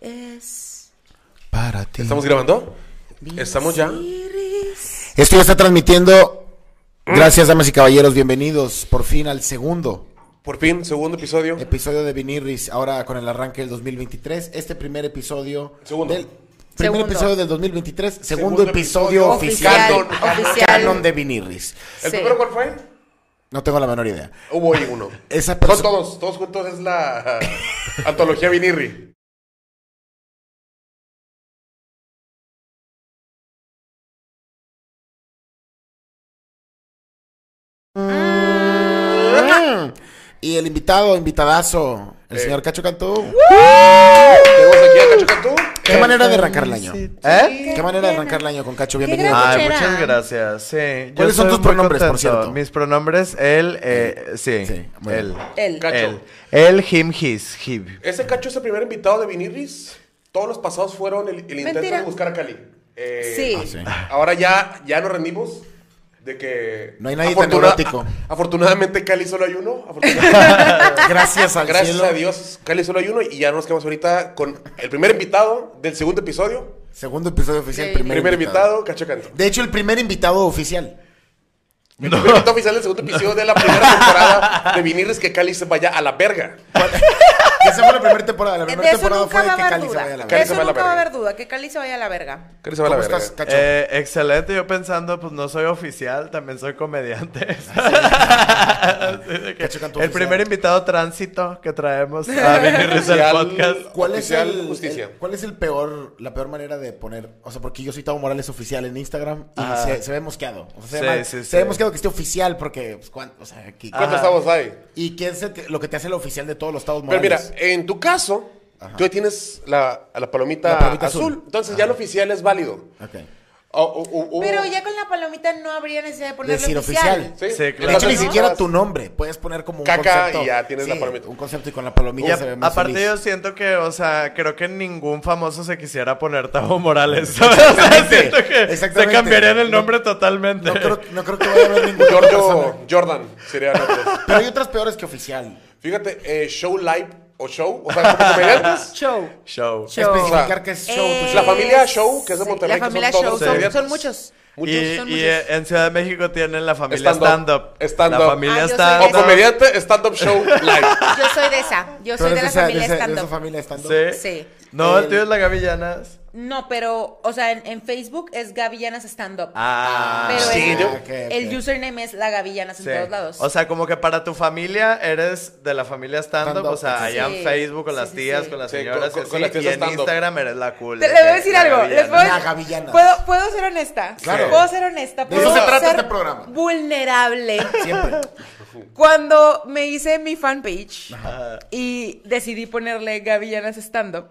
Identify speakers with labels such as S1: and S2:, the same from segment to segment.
S1: es
S2: Para ti.
S3: ¿Estamos grabando? ¿Estamos ya?
S1: iris.
S2: Esto ya está transmitiendo.
S3: Mm.
S2: Gracias, damas y caballeros. Bienvenidos por fin al segundo
S3: Por fin, segundo episodio.
S2: episodio de Vinirris. Ahora con el arranque del 2023. Este primer episodio.
S3: Segundo.
S2: Del, primer
S1: Segundo.
S2: episodio del 2023. Segundo,
S3: Segundo
S2: episodio
S3: episodio
S2: oficial.
S3: oficial,
S1: oficial.
S2: Canon de Vinirris.
S3: ¿El
S1: Sí.
S3: primero cuál fue?
S2: No tengo la menor idea.
S3: Hubo ahí uno.
S2: Esa
S3: Son
S2: perso-
S3: todos, todos juntos es la antología Vinirri.
S2: Mm. Y el invitado, invitadazo, el
S3: Eh.
S2: señor Cacho Cantú.
S3: Tenemos Pues aquí a Cacho Cantú.
S2: ¿Qué manera de arrancar el año?
S4: ¿Eh?
S2: ¿Qué manera de arrancar el año con Cacho? Bienvenido.
S1: gran
S4: Ay,
S1: Cochera.
S4: muchas gracias. Sí, yo
S2: ¿Cuáles son tus
S4: estoy muy
S2: pronombres, por
S4: contento.
S2: cierto?
S4: Mis pronombres, él, eh, sí,
S2: Sí, muy
S4: él.
S1: Él.
S3: Cacho.
S4: Él, él, him, his, him.
S3: Ese Cacho es el primer invitado de Vinirris. Todos los pasados fueron el, el intento
S1: Mentira.
S3: de buscar a Cali. Eh,
S1: Sí.
S2: Ah, sí.
S3: Ahora ya, ya nos rendimos de que...
S2: No hay nadie tan neurótico.
S3: Afortunadamente Cali solo hay uno. Afortunadamente.
S2: Gracias al
S3: Gracias
S2: cielo.
S3: a Dios, Cali solo hay uno y ya nos quedamos ahorita con el primer invitado del segundo episodio.
S2: Segundo episodio oficial,
S1: Sí.
S2: primer,
S3: Primer invitado, Cacho Canto.
S2: De hecho, el primer invitado oficial.
S3: El primer invitado oficial del segundo episodio de la primera temporada de Vinirris que Cali se vaya a la verga.
S2: Esa fue la primera temporada. La
S1: De
S2: primera
S1: eso
S2: temporada
S1: nunca va
S2: fue de
S1: a
S2: que
S1: haber
S2: Cali se
S1: duda.
S2: vaya a la
S1: De
S3: Cali
S2: verga.
S1: eso
S3: se va a la
S1: nunca va a
S3: verga.
S1: haber duda. Que Cali se vaya a la verga.
S3: Cali se va a la
S2: ¿Cómo
S3: verga.
S2: estás, Cacho?
S4: Eh, excelente, yo pensando, pues no soy oficial, también soy comediante. Sí, de que
S2: Cacho Cantú
S4: el
S2: oficial.
S4: primer invitado tránsito que traemos a venir
S3: Oficial.
S4: al podcast.
S2: ¿Cuál es,
S3: Oficial
S2: el,
S3: Justicia.
S2: el- ¿Cuál es el peor, la peor manera de poner? O sea, porque yo soy Tavo Morales oficial en Instagram y
S4: Ajá.
S2: se, se ve mosqueado. O sea, se,
S4: Sí,
S2: ve mal-
S4: sí,
S2: se ve
S4: sí.
S2: mosqueado que esté oficial porque, pues, cuán- o sea, aquí.
S3: ¿Cuántos estamos ahí?
S2: ¿Y qué es el que- lo que te hace el oficial de todos los Tavos
S3: Pero mira,
S2: Morales?
S3: en tu caso, tú ya tienes la, a la palomita,
S2: La palomita
S3: azul.
S2: azul.
S3: Entonces ya el oficial es válido.
S2: Ok.
S3: O- o- o- o-
S1: Pero ya con la palomita no habría necesidad de ponerle
S2: Oh. Decir
S1: oficial.
S2: oficial.
S3: Sí,
S4: Sí,
S3: Entonces,
S2: De hecho, ni
S1: ¿no?
S2: siquiera tu nombre. Puedes poner como un
S3: Caca
S2: concepto.
S3: y ya tienes la palomita.
S2: Un concepto y con la
S4: Y
S2: palomita
S4: a-
S2: se ve más
S4: aparte
S2: feliz.
S4: yo siento que, o sea, creo que ningún famoso se quisiera poner Tavo Morales. O sea, siento que se
S2: exactamente.
S4: cambiarían el
S2: No-
S4: nombre totalmente.
S2: No creo, no creo que vaya a haber ningún
S3: Giorgio Jordan sería nosotros.
S2: Pero hay otras peores que oficial.
S3: Fíjate, eh, show live o show, o sea, como comediantes.
S1: Show.
S4: Show.
S1: Show. Eh,
S2: Especificar que es show. pues,
S1: Es-
S3: La familia Show, que es de
S1: sí,
S3: Monterrey,
S1: La
S3: que
S1: familia
S3: son
S1: Show.
S3: todos
S1: Son,
S4: comediantes.
S1: son muchos.
S4: Y,
S1: Muchos, son
S4: y,
S1: muchos.
S4: eh, en Ciudad de México tienen la familia
S3: Stand-up.
S4: stand-up.
S3: Stand-up.
S4: La
S1: Ah,
S4: familia
S1: yo soy
S4: stand-up.
S3: O comediante, stand-up show live.
S1: Yo soy de esa. Yo
S2: tú
S1: soy
S2: eres
S1: de la
S2: esa-
S1: familia
S2: esa- de esa
S1: stand-up.
S2: familia stand-up.
S4: Sí.
S1: Sí.
S4: No,
S2: El-
S4: el tuyo es la Gavillanas.
S1: No, pero, o sea, en, en Facebook es Gavillanas Stand Up.
S4: Ah.
S1: pero
S3: ¿sí?
S1: el,
S3: yo-
S2: Ah, ok, ok.
S1: el username es la Gavillanas en
S4: Sí.
S1: todos lados.
S4: O sea, como que para tu familia eres de la familia stand-up,
S2: Stand-up,
S4: o sea,
S2: sí.
S4: allá
S1: Sí,
S4: en Facebook con
S1: sí,
S4: las
S1: sí,
S4: tías,
S1: sí.
S4: con las
S3: Sí,
S4: señoras,
S3: con-
S4: y
S3: con
S4: así,
S3: las tías
S4: y en
S3: stand-up.
S4: Instagram eres la cool.
S1: Te- le
S4: de
S1: voy
S4: que
S1: a decir
S4: la
S1: algo. Les
S4: Gavillanas.
S1: puedo,
S2: La Gavillanas.
S1: ¿Puedo, puedo ser honesta.
S2: Claro.
S1: Puedo ser honesta.
S2: De eso
S1: puedo
S2: se trata
S1: ser
S2: este programa.
S1: Vulnerable.
S2: Siempre.
S1: Cuando me hice mi fanpage y decidí ponerle Gavillanas Stand Up,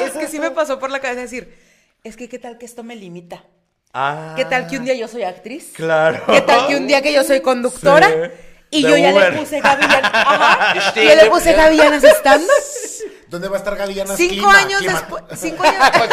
S1: es que sí me pasó por la cabeza decir, es que qué tal que esto me limita.
S4: Ah,
S1: ¿Qué tal que un día yo soy actriz?
S4: Claro.
S1: ¿Qué tal que un día que yo soy conductora?
S4: Sí.
S1: Y
S4: De
S1: yo ya le
S4: Uber.
S1: puse Gavillanas. Ajá. Y yo le puse Gavillanas estando.
S2: ¿Dónde va a estar Gavillanas?
S1: Cinco
S2: Clima,
S1: años
S2: clima.
S1: después. Cinco años.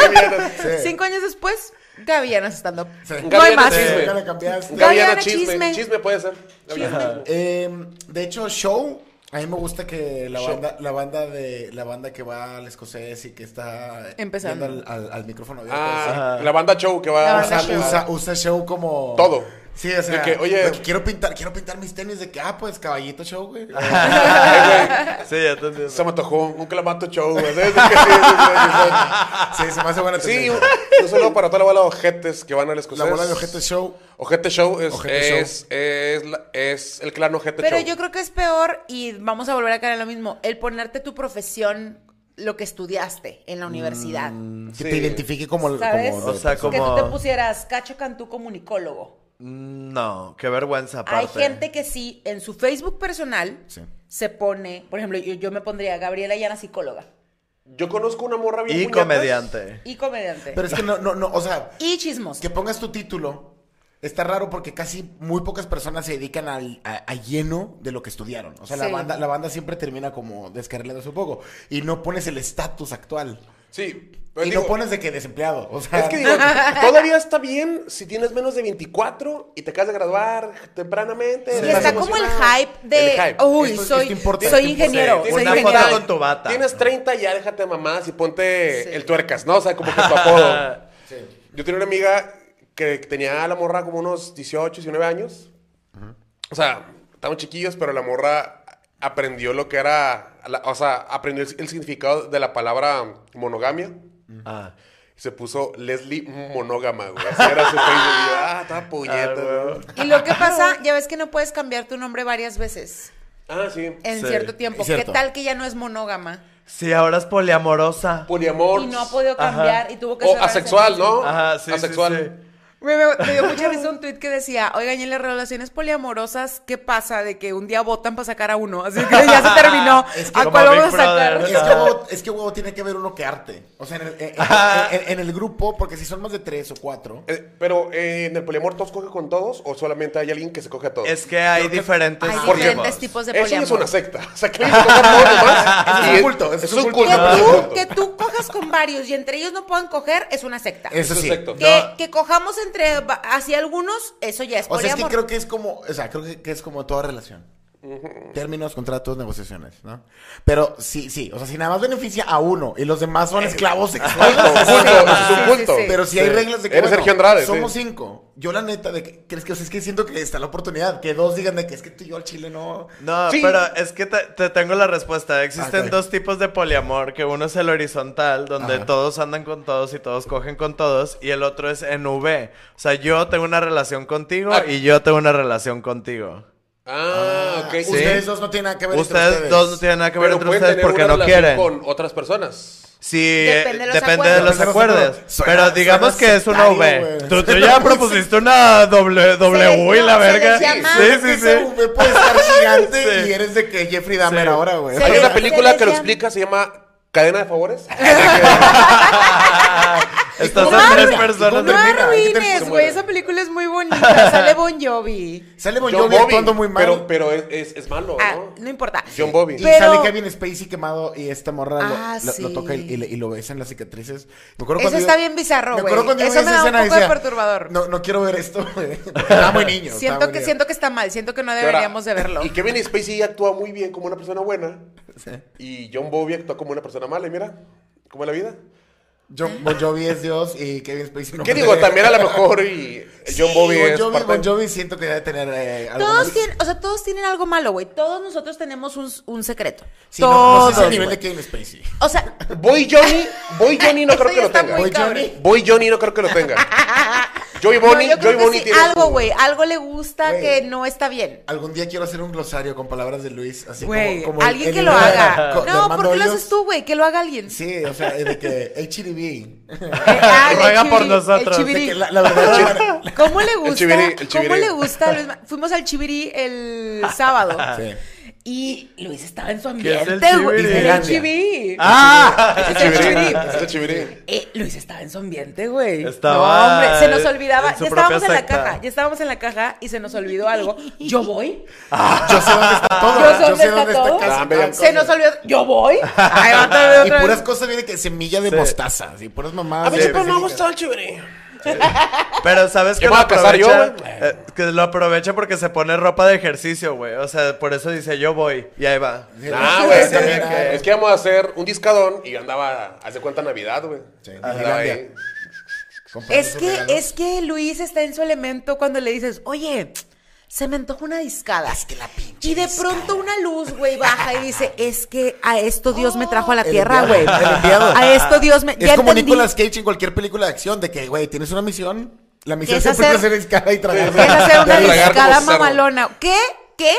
S1: Cinco años después, Gavillanas estando.
S2: Sí.
S1: No hay
S3: Gaviana
S1: más.
S3: Chisme.
S2: Ya la cambiaste.
S1: Gaviana
S3: Gaviana chisme.
S1: Chisme.
S3: chisme. puede ser. Gaviana.
S2: Eh, de hecho, show. A mí me gusta que la banda, la banda de la banda que va al escocés y que está
S1: Empezando.
S2: yendo Al, al- al micrófono abierto.
S3: Ah, la banda show que va
S1: La
S3: a
S1: banda
S2: usa,
S1: show.
S2: usa, usa show como
S3: Todo.
S2: Sí, o sea,
S3: De que, oye-
S2: de que quiero pintar, quiero pintar mis tenis de que ah, pues caballito show, güey.
S3: Eh,
S4: Sí, ya te entiendo.
S3: Se me antojó un clamato show. güey. ¿Sabes? Es que sí, sí, sí, sí,
S2: sí, se me hace buena
S3: Sí,
S2: tendencia.
S3: un, un saludo para toda la bola de ojetes que van al escocés.
S2: la bola de ojete show.
S3: Ojete Show es,
S2: Ojete
S3: es, es la- es el clan Ojete
S1: Pero
S3: Show.
S1: yo creo que es peor, y vamos a volver a caer en lo mismo, el ponerte tu profesión, lo que estudiaste en la universidad.
S2: Que
S3: Sí.
S2: te identifique como el
S1: ¿Sabes?
S2: como
S4: O sea,
S2: Mm. como-
S1: Que tú te
S4: como-
S1: pusieras Cacho Cantú comunicólogo.
S4: Mm, No, qué vergüenza aparte.
S1: Hay gente que sí, en su Facebook personal,
S2: Sí.
S1: se pone, por ejemplo, yo, yo me pondría Gabriela Llana psicóloga
S3: Yo conozco una morra bien
S4: Y
S3: puñetas.
S4: comediante.
S1: y comediante
S2: Pero es que no no no, o sea,
S1: y chismos.
S2: que pongas tu título está raro porque casi muy pocas personas se dedican al, a, a lleno de lo que estudiaron. O sea, la
S1: Sí.
S2: banda la banda siempre termina como descarrilándose un poco y no pones el estatus actual.
S3: Sí.
S2: Y
S3: digo,
S2: no pones de que desempleado. O sea,
S3: Es que digo, todavía está bien si tienes menos de 24 y te acabas de graduar tempranamente.
S2: Sí,
S1: Y
S3: estás
S1: está como el
S3: emocionado.
S1: hype de,
S3: El hype.
S1: uy,
S2: Esto-
S1: soy,
S2: esto importa,
S1: soy
S2: esto
S1: ingeniero,
S4: importa.
S1: soy
S4: Una foto
S1: ingeniero.
S4: con tu bata.
S3: Tienes 30 ya déjate mamás y ponte
S1: Sí.
S3: el tuercas, ¿no? O sea, como que tu apodo. Yo tenía una amiga que tenía a la morra como unos 18, 19 años. O sea, estaban chiquillos, pero la morra aprendió lo que era, la- o sea, aprendió el, el significado de la palabra monogamia.
S4: Ah.
S3: Y se puso Leslie monógama, güey. Así era su Facebook. Y yo, Ah, estaba puñeta,
S4: Ah, güey.
S3: güey.
S1: Y lo que pasa, ya ves que no puedes cambiar tu nombre varias veces
S3: Ah, sí.
S1: en
S4: Sí,
S1: cierto tiempo.
S2: es cierto.
S1: ¿Qué tal que ya no es monógama?
S4: Sí, ahora es poliamorosa.
S3: Poliamor.
S1: Y no ha podido cambiar y tuvo que
S3: O
S1: cerrar el
S3: asexual,
S1: servicio.
S3: ¿no?
S4: Ajá, Ah, sí, sí,
S3: Asexual.
S4: sí.
S1: Me, me- me dio mucha risa un tuit que decía, oigan, y en las relaciones poliamorosas, ¿qué pasa? De que un día votan para sacar a uno. Así que ya se terminó.
S2: Es que
S1: ¿A
S4: como
S1: cuál
S4: Big
S1: vamos a sacar?
S4: Brother.
S2: Es que, huevo, es que huevo tiene que ver uno que arte. O sea, en el, en- en- en- en el grupo, porque si son más de tres o cuatro.
S3: Eh, pero eh, en el poliamor todos coge con todos o solamente hay alguien que se coge a todos.
S4: Es que hay diferentes,
S1: Hay
S3: ¿Por qué?
S1: diferentes tipos de
S3: Eso
S1: poliamor.
S3: no es una secta. O sea, que alguien se coge a todos los demás.
S2: Es
S3: y
S2: un culto, es un
S1: Que
S2: culto.
S3: pero es un
S1: tú,
S3: culto.
S1: que tú cojas con varios y entre ellos no puedan coger es una secta.
S2: Eso sí.
S3: Exacto.
S1: que,
S4: No.
S1: que cojamos entre va- hacia algunos, eso ya es
S2: O sea, es
S1: poliamor.
S2: que creo que es como, o sea, creo que, que es como toda relación. Términos, contratos, negociaciones, ¿no? Pero sí, sí, o sea, si nada más beneficia a uno y los demás son esclavos sexuales.
S3: Culto,
S2: o sea,
S3: culto, es
S1: sí,
S3: un culto.
S1: sí, sí.
S2: Pero si hay reglas de que
S3: Eres Sergio Andrade,
S2: somos
S3: sí.
S2: cinco. Yo la neta de que crees que o sea, es que siento que está la oportunidad, que dos digan de que es que tú y yo al Chile no.
S4: No,
S3: Sí.
S4: pero es que te, te tengo la respuesta. Existen
S2: Ok.
S4: dos tipos de poliamor, que uno es el horizontal, donde
S2: Ajá.
S4: todos andan con todos y todos cogen con todos, y el otro es en V. O sea, yo tengo una relación contigo
S3: Ah.
S4: y yo tengo una relación contigo.
S3: Ah, ok.
S4: sí.
S2: Ustedes dos no tienen nada que ver entre
S4: Ustedes, dos no tienen nada que ver
S3: Pero
S4: entre
S3: pueden
S4: ustedes
S3: tener
S4: porque
S3: una
S4: no
S3: relación
S4: quieren.
S3: con otras personas.
S4: Sí, eh,
S1: Depende de los
S4: depende de
S1: acuerdos.
S4: los acuerdos.
S2: Suena-
S4: pero digamos
S2: suena
S4: que es una
S2: sectario,
S4: V.
S2: güey.
S4: Tú, tú ya propusiste una doble, doble
S1: Se-
S4: U y
S1: no,
S4: la
S1: se les
S4: verga.
S1: llama-
S4: Sí, sí, sí.
S2: Ah, Ese V puede estar gigante
S4: Sí.
S2: y eres de que Jeffrey Dahmer
S4: Sí.
S2: ahora, güey.
S1: Sí.
S3: Hay una
S1: Se
S3: película
S1: les
S3: que lo
S1: llama-
S3: explica, se llama Cadena de Favores.
S4: Estás
S2: ¿Cómo
S4: a tres
S2: termina?
S4: personas.
S2: ¿Cómo
S1: No
S2: termina? ¿Qué termina?
S1: arruines, güey. Esa película es muy bonita. Sale Bon Jovi.
S2: Sale Bon
S3: John
S2: Jovi
S3: Bobby,
S2: actuando muy mal.
S3: Pero, pero es, es- es malo,
S1: Ah,
S3: ¿no?
S1: no importa.
S3: John Bobby.
S2: Y
S1: Pero-
S2: sale Kevin Spacey quemado y esta morra lo-
S1: Ah,
S2: lo, lo
S1: sí.
S2: toca y, y le- y lo besa en las cicatrices. Me acuerdo
S1: Eso
S2: cuando
S1: está
S2: yo-
S1: bien bizarro,
S2: me acuerdo
S1: güey.
S2: cuando yo
S1: Eso
S2: vi
S1: me
S2: esa
S1: da un
S2: escena y
S1: poco de
S2: decía,
S1: perturbador.
S2: No, no quiero ver esto, güey. Estaba muy niño. estaba
S1: Siento
S2: muy
S1: que,
S2: niño.
S1: siento que está mal. Siento que no
S3: Que ahora-
S1: deberíamos de verlo.
S3: Y Kevin Spacey actúa muy bien como una persona buena.
S2: Sí.
S3: Y John Bobby actúa como una persona mala. Y mira, ¿cómo es la vida?
S2: John- Bon Jovi es Dios y Kevin Spacey no.
S3: ¿Qué digo? También a lo mejor y John
S2: Sí,
S3: Bobby es
S2: Bon Jovi,
S3: parte-
S2: Bon Jovi siento que debe tener eh, algo
S1: Todos
S2: más-
S1: tienen, o sea, todos tienen algo malo, güey. Todos nosotros tenemos un, un secreto.
S2: Sí, no, no,
S1: todos.
S2: sí, es el nivel
S1: güey.
S2: de Kevin Spacey.
S1: O sea,
S3: Boy Johnny, Boy Johnny no
S1: Eso
S3: creo que
S1: ya
S3: lo
S1: está
S3: tenga.
S1: muy
S2: Boy
S1: cabrón.
S2: Johnny.
S3: Boy Johnny no creo que lo tenga. Joy Bonnie,
S1: no, yo creo
S3: Joy
S1: que
S3: Bonnie
S1: sí,
S3: tiene
S1: algo,
S3: su-
S1: güey. Algo le gusta
S2: Güey.
S1: que no está bien.
S2: Algún día quiero hacer un glosario con palabras de Luis. Así
S1: Güey,
S2: como, como el-
S1: alguien
S2: el
S1: que lo
S2: libro de-
S1: haga.
S2: co- de
S1: No,
S2: Armando
S1: ¿por qué lo
S2: Hoyos.
S1: haces tú, güey? Que lo haga alguien.
S2: Sí, o sea, de que HDB.
S1: Ah, el
S4: Ruega por
S1: chiviri, el
S4: nosotros.
S1: chiviri.
S2: De que la, la verdad.
S1: ¿Cómo le gusta?
S3: chiviri, el chiviri.
S1: ¿Cómo le gusta? a Luis Ma- Fuimos al Chivirí el sábado.
S2: Sí.
S1: Y Luis estaba en su
S4: ¿Qué es el
S1: ambiente, güey.
S4: chiviri?
S1: Era el
S2: Islandia.
S1: Chivirí.
S4: ¡Ah!
S1: Es el
S3: Chivirí,
S1: chiviri.
S3: es el chivirí.
S1: Eh, Luis estaba en su ambiente, güey.
S4: Estaba
S1: No, hombre, se nos
S4: en-
S1: olvidaba.
S4: en su
S1: Ya estábamos en
S4: propia
S1: la
S4: secta.
S1: caja, ya estábamos en la caja y se nos olvidó algo. Yo voy.
S2: Yo sé dónde está todo.
S1: Yo sé
S2: Yo
S1: dónde
S2: sé
S1: está
S2: dónde
S1: todo.
S2: está
S3: Ah,
S2: casa.
S3: me
S2: cada
S3: dio-
S1: Se
S2: cosa.
S1: nos olvidó. Yo voy. Ahí va otra vez,
S2: Y
S1: otra vez.
S2: puras cosas viene que semilla de
S4: Sí.
S2: mostaza, sí, puras mamadas.
S3: A mí
S2: Sí,
S3: siempre me ha
S2: específicas.
S3: gustado el chivirí.
S4: Ah, Pero sabes que
S3: Ya
S4: lo
S3: me voy a casar
S4: aprovecha.
S3: yo, güey.
S4: eh, que lo aprovecha porque se pone ropa de ejercicio, güey. O sea, por eso dice yo voy. Y ahí va.
S2: Sí.
S3: Ah, güey,
S2: Sí,
S3: también,
S2: sí,
S3: que- es que íbamos a hacer un discadón y yo andaba, hace cuenta Navidad, güey.
S2: Sí,
S3: Andaba
S2: Disneylandia.
S3: ahí.
S2: Comprando
S1: Es
S2: sus
S1: que,
S2: regalos.
S1: es que Luis está en su elemento cuando le dices, oye, se me antoja una discada.
S2: Es que la pinche
S1: Y de
S2: discada.
S1: pronto una luz, güey, baja y dice, es que a esto Dios me trajo a la
S2: El
S1: tierra, güey.
S2: enviado, el enviado.
S1: A esto Dios me...
S2: Es
S1: ya
S2: como
S1: entendí.
S2: Nicolas Cage en cualquier película de acción, de que, güey, tienes una misión. La misión
S1: es
S2: siempre es
S1: hacer-
S2: hacer escala y tragar.
S1: Es hacer una
S3: Tragar como
S1: discada
S3: cerdo.
S1: mamalona. ¿Qué? ¿Qué?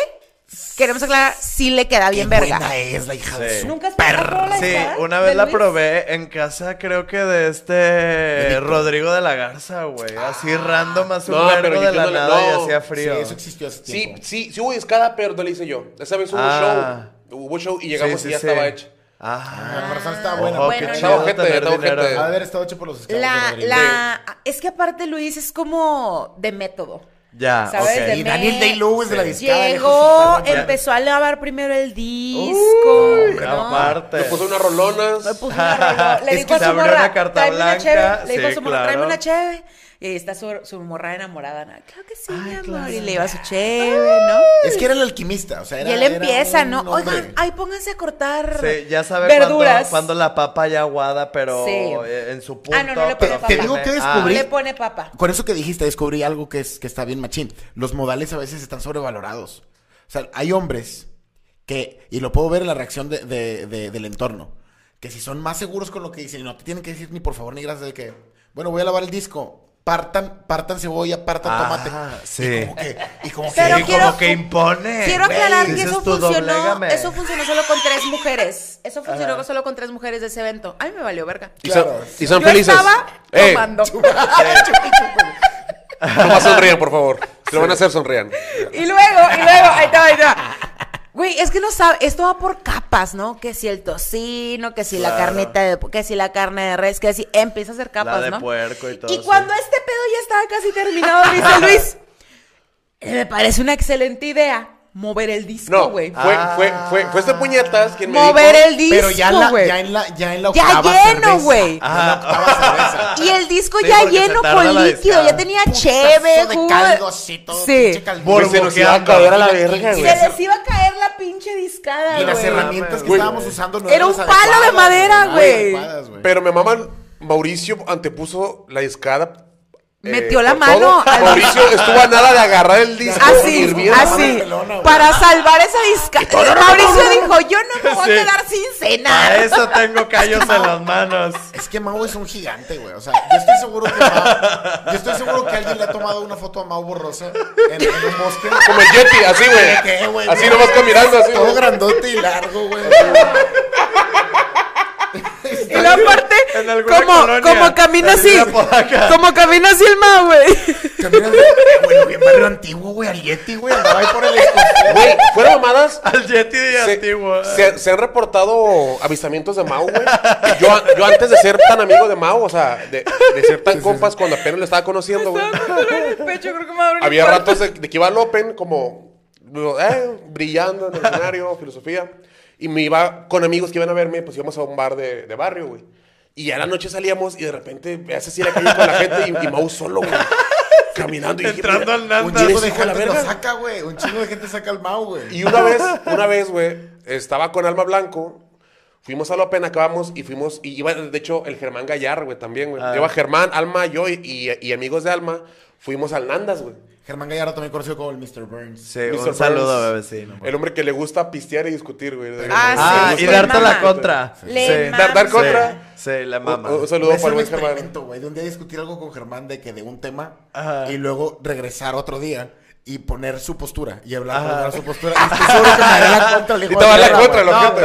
S1: Queremos aclarar, sí le queda bien
S2: Qué
S1: verga.
S2: buena es la hija de
S4: Sí.
S2: su
S1: ¿Nunca has
S2: perra.
S1: probado la
S4: Sí,
S1: discada
S4: una
S1: de
S4: vez la
S1: Luis?
S4: probé en casa, creo que de este
S2: Víctor.
S4: Rodrigo de la Garza, güey. Así random, así un
S3: Ah. No, pero
S4: vergo
S3: yo
S4: de la
S3: no le-
S4: nada y
S3: no.
S4: hacía
S2: Sí,
S4: frío.
S2: eso existió hace
S3: Sí,
S2: tiempo.
S3: sí, sí hubo discada, pero no la hice yo. Esa vez hubo
S4: Ah.
S3: show. Hubo show y
S4: Sí,
S3: llegamos
S4: sí,
S3: y ya
S4: sí.
S3: estaba hecha.
S4: Ah,
S2: La persona estaba
S1: Ah,
S2: buena.
S4: ojo,
S1: bueno,
S4: qué
S1: no.
S4: chido
S3: Estaba
S4: tener
S3: ojete, estaba
S4: dinero.
S3: ojete.
S2: Ha de haber estado hecho por los esclavos. de
S1: La,
S2: Rodrigo.
S1: la, es que aparte Luis es como de método.
S4: Ya,
S1: ¿Sabes?
S4: Ah, ok.
S1: De
S2: Y Daniel
S1: Mex.
S2: Day-Lewis de la discada,
S1: Llegó,
S2: dejó su tarro.
S1: empezó a lavar primero el disco.
S4: Uy,
S1: ¿no?
S4: Aparte.
S3: Le puso unas rolonas.
S1: Me puso una rola- Le
S4: Es
S1: dijo
S4: que
S1: a
S4: se
S1: su
S4: abrió
S1: morra,
S4: una carta
S1: "Tráeme una
S4: blanca",
S1: cheve". Le dijo a
S4: sí,
S1: su morra, tráeme
S4: claro.
S1: una cheve. Y ahí está su, su morra enamorada. ¿no? Claro que sí, mi amor.
S4: claro.
S1: Y le iba su cheve, ¿no?
S2: Es que era el alquimista, o sea, era-
S1: y él
S2: era
S1: empieza,
S2: un
S1: ¿no?
S2: hombre.
S1: Oigan, ahí pónganse a cortar
S4: Sí, ya sabe cuándo,
S1: verduras.
S4: cuándo la papa ya aguada, pero
S1: Sí.
S4: eh, en su punto.
S1: Ah, no, no le
S4: pero
S1: pone Te- te papa.
S2: digo que
S4: Ah,
S2: descubrí-
S1: Le pone papa.
S2: Con eso que dijiste, descubrí algo que, es, que está bien machín. Los modales a veces están sobrevalorados. O sea, hay hombres que, y lo puedo ver en la reacción de- de- de- del entorno, que si son más seguros con lo que dicen, y no te tienen que decir ni por favor ni gracias de que, bueno, voy a lavar el disco. Partan, partan cebolla, partan
S4: Ah,
S2: tomate.
S4: sí.
S2: Y como que, y como
S1: Pero
S2: que,
S4: como
S1: quiero-
S4: que impone.
S1: Quiero
S4: güey.
S1: aclarar que
S4: Dices
S1: eso
S4: tú,
S1: funcionó,
S4: "Doblégame".
S1: eso funcionó solo con tres mujeres. Eso funcionó
S4: Ajá.
S1: solo con tres mujeres de ese evento. A mí me valió verga.
S3: y son,
S2: claro.
S3: y son
S1: Yo
S3: felices.
S1: estaba
S3: Eh,
S1: tomando.
S3: nomás sonrían, por favor. Si lo van a hacer, sonrían.
S1: Y luego, y luego, ahí está, ahí está. Güey, es que no sabe, esto va por capas, ¿no? Que si el tocino, que si la
S4: Claro.
S1: carnita de, que si la carne de res, que si empieza a hacer capas,
S4: de
S1: ¿no?
S4: puerco y todo, sí.
S1: cuando este pedo ya estaba casi terminado, me dice Luis, "Eh, me parece una excelente idea mover el disco,
S3: No,
S1: güey.
S3: fue, fue, fue, fue este puñetas quien me
S1: mover
S3: dijo.
S1: el disco,
S2: Pero ya, en la-
S1: güey.
S2: ya en la, ya en la
S1: Ya
S2: octava
S1: lleno,
S2: cerveza.
S1: güey.
S2: Ya en la octava cerveza.
S1: Y el disco
S4: Sí,
S1: ya
S4: porque se
S1: lleno
S4: tarda
S1: con
S4: la
S1: líquido,
S4: descarga.
S1: ya tenía
S2: Putazo
S1: cheve,
S2: de
S1: jugo de-
S2: caldo así, todo
S1: Sí.
S2: pinche caldo.
S4: Borbojeando.
S2: Se nos iba a caer a la verga,
S1: Se
S2: güey.
S1: les iba a caer la pinche discada,
S2: Y las
S1: güey.
S2: herramientas que
S3: Güey.
S2: estábamos usando no
S1: Era
S2: eran
S1: un
S2: las
S1: palo de
S2: adecuadas,
S1: madera,
S2: no
S1: güey.
S2: eran adecuadas, güey.
S3: Pero me maman, Mauricio antepuso la discada. eh,
S1: Metió la
S3: por
S1: mano
S3: todo.
S1: al- Ah,
S3: Mauricio estuvo a nada de agarrar el disco.
S1: Así,
S3: hirviendo.
S1: así.
S2: pelona, güey.
S1: Para salvar esa discada. Mauricio dijo, yo no me voy a quedar sin
S4: Para
S1: cenar.
S4: eso tengo callos en las manos.
S2: Es que Mau es un gigante, güey. O sea, yo estoy seguro que Mau, yo estoy seguro que alguien le ha tomado una foto a Mau borrosa en, en un bosque.
S3: Como el Yeti, así,
S2: ¿Qué,
S3: güey.
S2: güey?
S3: Así nomás caminando, así.
S2: Todo
S3: güey.
S2: grandote y largo, güey.
S1: Y la parte,
S4: En alguna
S1: como,
S4: colonia,
S1: como camina
S4: en
S1: así.
S4: una podaca.
S1: Como camina así el ma, güey.
S2: Camina de- Güey, bien barrio antiguo, güey, al Yeti, güey. Andaba ahí por el escorpión.
S3: Güey, fuera mamadas.
S4: Al Yeti de
S3: Se,
S4: antiguo.
S3: se- se han reportado avistamientos de Mau, güey. Yo, yo antes de ser tan amigo de Mau, o sea, de, de ser tan compas cuando apenas lo estaba conociendo, güey. Había ratos de, de que iba al Open como eh, brillando en el escenario, filosofía. Y me iba con amigos que iban a verme, pues íbamos a un bar de, de barrio, güey. Y ya en la noche salíamos y de repente veas así la calle con la gente y, y Mau solo, güey. Caminando y dije,
S4: Entrando
S3: mira,
S4: al Nandas.
S2: Un
S3: un
S2: chingo
S3: Jerez,
S2: de
S3: hijo de la
S2: gente lo
S3: verga.
S2: saca, güey. Un chingo de gente saca al Mau, güey.
S3: Y una vez, una vez, güey, estaba con Alma Blanco. Fuimos a la Open, acabamos y fuimos. Y iba, de hecho, el Germán Gallar, güey, también,
S4: Ah.
S3: güey. Lleva Germán, Alma, yo y, y- y amigos de Alma. Fuimos al Nandas, güey.
S2: Germán Gallardo también conocido como el Mr. Burns.
S4: Sí,
S3: Mr.
S4: un saludo,
S3: Burns,
S4: bebecino.
S3: El hombre que le gusta pistear y discutir, güey. De-
S4: Ah,
S1: Ah, sí,
S4: y
S1: le
S4: darte
S1: mama.
S4: la contra.
S1: Le
S4: Sí.
S1: mama.
S3: Dar, dar contra.
S4: Sí, sí, la
S3: Un-
S4: mama.
S3: Un, saludo
S2: Voy a hacer
S3: para el
S2: un
S3: buen Germán.
S2: experimento, güey, de un día discutir algo con Germán de que de un tema
S4: Ajá.
S2: y luego regresar otro día y poner su postura y hablar por hablar su postura. Y estoy seguro que me haré la contra. le
S3: Y
S2: digo,
S3: te va a dar la
S2: "Mira,
S3: contra,
S2: güey".
S4: No,
S3: ojete.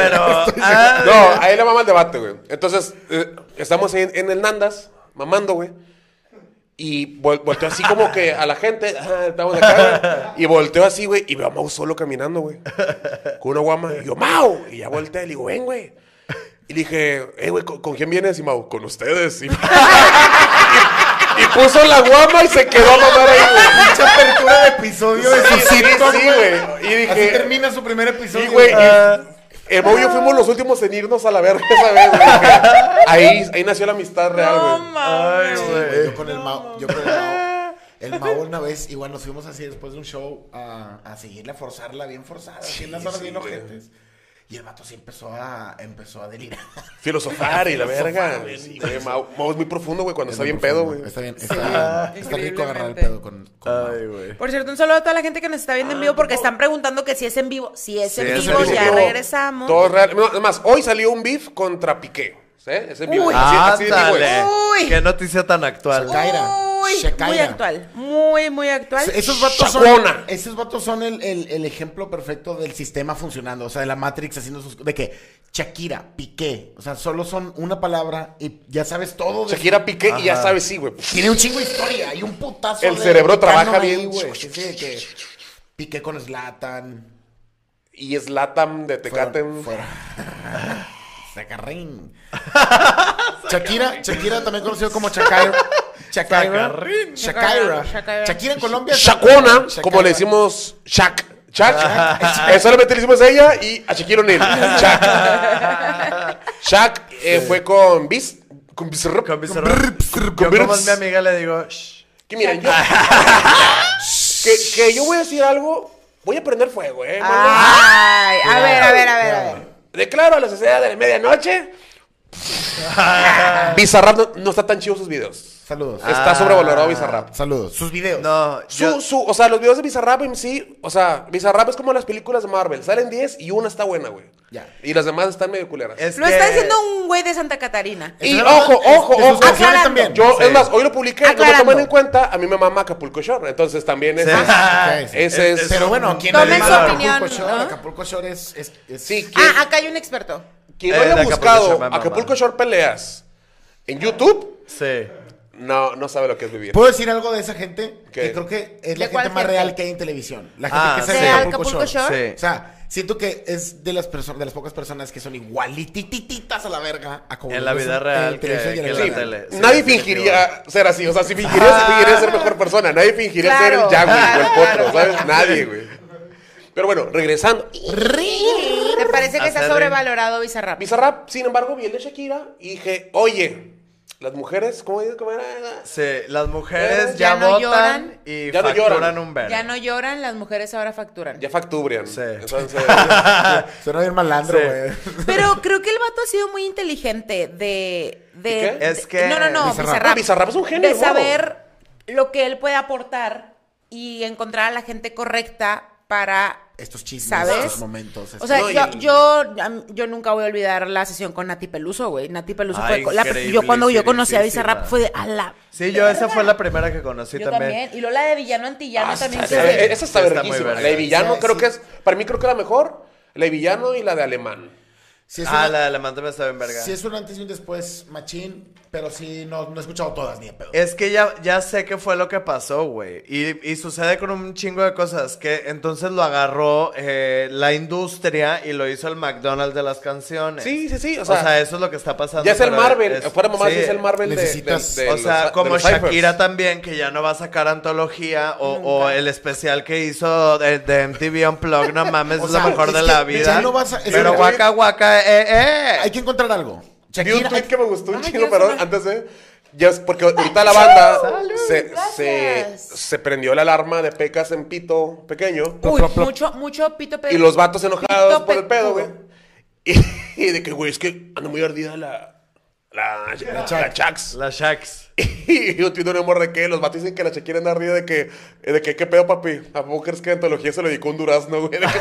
S4: pero. ah,
S3: No, ahí le mama el debate, güey. Entonces, eh, estamos en, en el Nandas, mamando, güey. Y vol- volteo así como que a la gente, ah, estamos acá, güey. Y volteo así, güey, y veo a Mau solo caminando, güey. Con una guama. Y yo, Mau. Y ya volteé y le digo, ven, güey. Y le dije, eh, güey, ¿con, con quién vienes? Y Mau, con ustedes. Y, y puso la guama y se quedó a mamar ahí, güey.
S2: Mucha apertura de episodio de su
S3: Sí, sí,
S2: sitcom,
S3: sí, güey. Y dije-
S2: Así termina su primer episodio.
S3: Sí, güey. y El Mau y yo fuimos los últimos en irnos a la verga esa vez, güey. Ahí, ahí nació la amistad real,
S1: No,
S3: güey.
S1: mames.
S2: Sí, güey, Yo con el Mao. Yo con el Mao. El Mao una vez, igual nos fuimos así después de un show a, a seguirle a forzarla bien forzada. así en las horas
S3: sí,
S2: bien
S3: güey.
S2: ojetes. Y el vato sí empezó a, empezó a delirar.
S3: Filosofar y la
S2: Filosofar,
S3: verga.
S2: güey,
S3: Sí,
S2: sí,
S3: güey. Mau, Mau es muy profundo, güey, cuando
S2: Es
S3: está
S2: muy
S3: bien pedo,
S2: profundo.
S3: güey.
S2: Está bien, está bien. Está rico agarrar el
S1: increíblemente.
S2: pedo con, con Mao.
S4: Ay, güey.
S1: Por cierto, un saludo a toda la gente que nos está viendo en vivo porque están preguntando que si es en vivo. Si es en
S4: es
S1: vivo,
S4: en
S1: ya
S4: vivo.
S1: regresamos.
S3: Todo real. No, además, hoy salió un beef contra Piqué. ¿Sí? Es en vivo.
S1: Uy.
S3: Así, así de vivo, güey.
S4: Ándale.
S1: Uy.
S4: Qué noticia tan actual.
S2: Uy. Shakira,
S1: Muy, muy
S2: Shakira.
S1: actual. Muy, muy actual.
S2: Esos vatos
S3: Chacona.
S2: son, esos vatos son el, el- el ejemplo perfecto del sistema funcionando, o sea, de la Matrix haciendo sus... De que Shakira, Piqué, o sea, solo son una palabra y ya sabes todo. De
S3: Shakira Piqué y ya sabes, sí, güey.
S2: Tiene un chingo de historia, hay un putazo.
S3: El
S2: de
S3: cerebro
S2: canon
S3: trabaja
S2: ahí,
S3: bien.
S2: güey. Sí, sí, de que Piqué con Slatan.
S3: Y es Latam de Tecate.
S2: Fuera. Sacarrín. Shakira, Shakira también conocido como Chacairo. Shakira.
S4: Chacarrín.
S2: Shakira.
S1: Shakira.
S2: Shakira en Colombia.
S3: Shakona,
S2: Shakira.
S3: como le decimos Shak. Shak. Eh, solamente le decimos a ella y a Shaquille O'Neal. Shak. Shak eh, fue con Bis. Con Bizarrap.
S4: Con Bizarrap. Yo como es mi amiga le digo, "Shh".
S3: Que miren, yo. que, que yo voy a decir algo. Voy a prender fuego, eh.
S4: Ah.
S1: Ay, a ver, a ver, a ver, a ver.
S3: Declaro a la sociedad de la medianoche. Bizarrap no, no está tan chido sus videos.
S2: Saludos.
S3: Está sobrevalorado Bizarrap.
S2: Saludos. Sus videos.
S4: No,
S3: Su,
S4: yo,
S3: su, o sea, los videos de Bizarrap en sí, o sea, Bizarrap es como las películas de Marvel. Salen 10 y una está buena, güey.
S2: Ya.
S3: Y las demás están medio culeras.
S4: es
S1: Lo
S4: que-
S1: está diciendo un güey de Santa Catarina.
S3: y
S2: Es-
S3: ojo,
S2: es-
S3: ojo,
S2: de sus
S3: ojo.
S2: canciones
S1: Aclarando.
S2: también.
S3: Yo,
S4: Sí.
S3: es más, hoy lo publiqué, no
S1: Aclarando.
S3: me toman en cuenta, a mí me mama Acapulco Shore. Entonces también es...
S4: Sí.
S2: Ah, ok.
S3: Ese es-
S2: Pero bueno, ¿quién
S1: Tomen
S2: es
S1: su
S2: Acapulco
S1: opinión,
S2: Shore?
S1: ¿no?
S2: Acapulco Shore es. es- es-
S3: Sí, quien,
S1: Ah, acá hay un experto.
S3: quien
S4: Eh,
S3: no
S4: de
S3: haya
S4: Acapulco Shore,
S3: buscado
S4: mamá.
S3: Acapulco Shore peleas en YouTube,
S4: Sí.
S3: no, no sabe lo que es vivir.
S2: ¿Puedo decir algo de esa gente? Que
S3: ¿Qué?
S2: creo que es
S1: ¿De
S2: la
S1: cuál
S2: gente más
S1: gente?
S2: real que hay en televisión. La gente
S4: Ah,
S2: que
S4: sí.
S2: sale de
S4: ¿De
S2: Acapulco,
S1: Acapulco
S2: Shore.
S1: Shore?
S4: Sí.
S2: O sea, siento que es de las personas, de las pocas personas que son igualitititas a la verga a como
S4: En la
S2: lo
S4: vida
S2: hacen
S4: real
S2: televisión
S4: que-
S2: y en
S4: que
S2: la
S4: en
S3: Sí,
S4: la
S2: vida.
S4: tele. sí,
S3: nadie
S4: definitivo. Ah.
S3: fingiría ser así. O sea, si fingiría, si fingiría ser mejor persona. Nadie fingiría ser el
S1: Claro.
S3: Jack, güey, o el
S1: Claro,
S3: potro, ¿sabes? Nadie, güey. Pero bueno, regresando.
S1: ¿Te parece que está
S4: Hacer-
S1: sobrevalorado Bizarrap?
S3: Bizarrap, sin embargo, vi el de Shakira y dije, oye, las mujeres, ¿cómo, cómo era?
S4: Sí, las mujeres
S1: Ya
S4: ya,
S1: no
S4: votan
S1: lloran.
S4: y
S3: Ya no lloran.
S4: facturan un verbo.
S1: Ya no lloran, las mujeres ahora facturan.
S3: Ya factubrian.
S4: Sí.
S3: Entonces,
S2: Suena bien malandro,
S4: Sí.
S2: güey.
S1: Pero creo que el vato ha sido muy inteligente de. de-
S3: ¿Y qué?
S1: de-
S4: Es que
S1: No, no, no.
S2: Bizarrap.
S1: Bizarrap.
S3: Ah, Bizarrap es un genio,
S1: De
S3: el morro.
S1: saber lo que él puede aportar y encontrar a la gente correcta para.
S2: Estos chismes,
S1: ¿Sabes?
S2: estos momentos.
S1: O sea,
S3: No, y
S1: yo,
S3: el-
S1: yo, am- yo nunca voy a olvidar la sesión con Nati Peluso, güey. Nati Peluso
S4: Ay,
S1: fue. la-
S4: increíble,
S1: yo cuando yo conocí a
S4: increíble.
S1: Bizarrap fue de. A la
S4: Sí, yo esa fue la primera que conocí
S1: Yo también. Y Lola de Villano Antillano
S3: ah,
S1: también.
S3: está-
S1: que-
S3: eh, esa está
S4: Sí, está muy
S3: verguísima.
S4: verga.
S3: La de villano
S2: Sí,
S3: creo
S2: sí.
S3: que es, para mí creo que la mejor, la de villano y la de alemán.
S2: Sí es
S4: Ah,
S2: una-
S4: la de Alemán también estaba en verga.
S2: sí es un antes y un después, machín, pero sí, no, no he escuchado todas ni de
S3: Eh,
S2: pedo.
S4: Es que ya, ya sé qué fue lo que pasó, güey. Y, y sucede con un chingo de cosas. Que entonces lo agarró eh, la industria y lo hizo el McDonald's de las canciones.
S3: Sí, sí, sí, o
S4: O sea,
S3: sea,
S4: eso es lo que está pasando.
S3: Ya es el
S4: pero
S3: Marvel,
S4: es-
S3: fuera mamá,
S4: sí.
S3: es el Marvel de,
S2: Necesitas-
S3: de- de
S4: o sea,
S3: los- de
S4: como
S3: los ciphers.
S4: Shakira también, que ya no va a sacar antología, o, o el especial que hizo de, de MTV Unplugged, no mames,
S2: O
S4: es
S2: sea,
S4: lo mejor
S2: es
S4: de
S2: que
S4: la
S2: ya
S4: vida.
S2: no vas a- es
S4: Pero
S2: que-
S4: guaca, guaca, eh, eh.
S2: Hay que encontrar algo.
S3: Vi un
S2: Shakira,
S3: tweet
S2: hay-
S3: que me gustó un
S1: Ay,
S3: chingo,
S1: Dios,
S3: perdón,
S1: una-
S3: antes de. Ya es porque ahorita la banda
S1: Salud,
S3: se, se,
S1: gracias.
S3: se prendió la alarma de pecas en pito pequeño.
S1: Uy, mucho, mucho pito pe-
S3: Y los vatos enojados
S1: pito
S3: por el pedo, güey.
S1: pecudo.
S3: Y, y de que, güey, es que anda muy ardida la. La, la, la Chax.
S4: La Shax.
S3: Y yo entiendo un amor de que los vatos dicen que la Shakira anda ardida de que, eh, de que, ¿qué pedo, papi? ¿A poco crees que la antología se lo dedicó un durazno, güey? De que-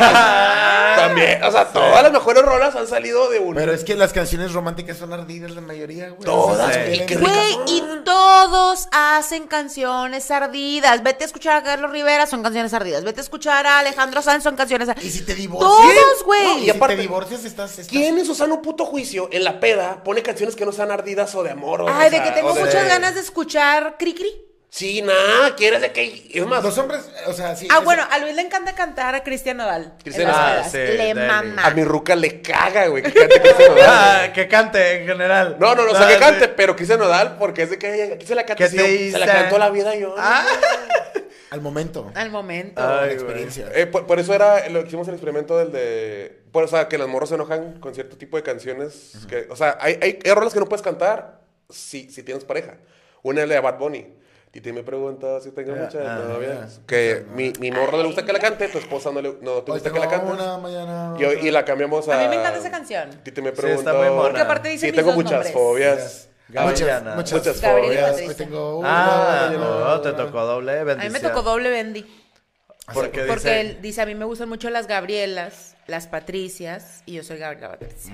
S3: también, o sea, todas las mejores rolas han salido de un.
S2: Pero es que las canciones románticas son ardidas la mayoría, güey.
S3: Todas,
S2: O sea,
S3: güey,
S2: sí.
S3: qué rico.
S1: Güey, y todos hacen canciones ardidas. Vete a escuchar a Carlos Rivera, son canciones ardidas. Vete a escuchar a Alejandro Sanz, son canciones ardidas.
S2: Y si te divorcias.
S1: Todos,
S3: No,
S1: güey.
S2: Y aparte,
S3: Y aparte-
S2: si te divorcias, estás. estás-
S3: ¿Quién en su sano puto juicio en la peda pone canciones que no sean ardidas o de amor? o
S1: Ay,
S3: sea,
S1: de que tengo
S3: o de-
S1: muchas ganas de escuchar Cricri.
S3: Sí, nada, quieres de que. Es más,
S2: Los hombres, o sea, sí.
S1: Ah,
S2: eso-
S1: bueno, a Luis le encanta cantar a Cristian Nodal.
S3: Cristian
S1: En las
S4: Nodal,
S1: pedas.
S4: sí,
S1: le
S4: dale.
S3: a
S1: mama.
S3: mi ruca le caga, güey. que cante Cristian
S4: Ah,
S3: Nodal.
S4: que cante en general.
S3: No, no, no, o sea, que
S4: Ah,
S3: cante,
S4: sí.
S3: pero Cristian Nodal, porque es de que aquí se la canta
S4: ¿Qué
S3: así,
S4: te
S3: yo- se la
S4: hice?
S3: cantó la vida yo.
S4: Ah.
S2: Al momento.
S1: Al momento.
S4: Ay,
S2: la
S4: güey.
S2: experiencia.
S3: Eh, por, por eso era lo que hicimos el experimento del de. por- o sea, que las morras se enojan con cierto tipo de canciones. que- o sea, hay, hay, hay rolas que no puedes cantar si, si tienes pareja. Una es la de Bad Bunny. Titi me pregunta si tengo muchas
S4: ah,
S3: novias. Que mi, mi morra le gusta que la cante, tu esposa no le no, te
S2: Hoy
S3: gusta
S2: tengo
S3: que la cantes.
S2: una, mañana
S3: Y, y la cambiamos a.
S1: A mí me encanta esa canción.
S3: Titi me
S4: está
S3: pregunta.
S4: muy mona. Porque
S1: aparte dice
S3: Sí,
S1: mis
S3: tengo
S1: dos
S3: muchas
S1: nombres.
S3: fobias.
S2: Muchas,
S4: Gabriela.
S2: muchas,
S3: Muchas
S1: Gabriel y
S3: fobias.
S1: Patricia.
S2: Hoy tengo una,
S4: Ah,
S2: mañana
S4: no,
S2: otra.
S4: te tocó doble
S1: A mí
S4: bendición.
S1: me tocó doble bendy.
S4: Porque,
S1: Porque
S4: dice,
S1: él dice, a mí me gustan mucho las Gabrielas, las Patricias, y yo soy Gabriela Patricia.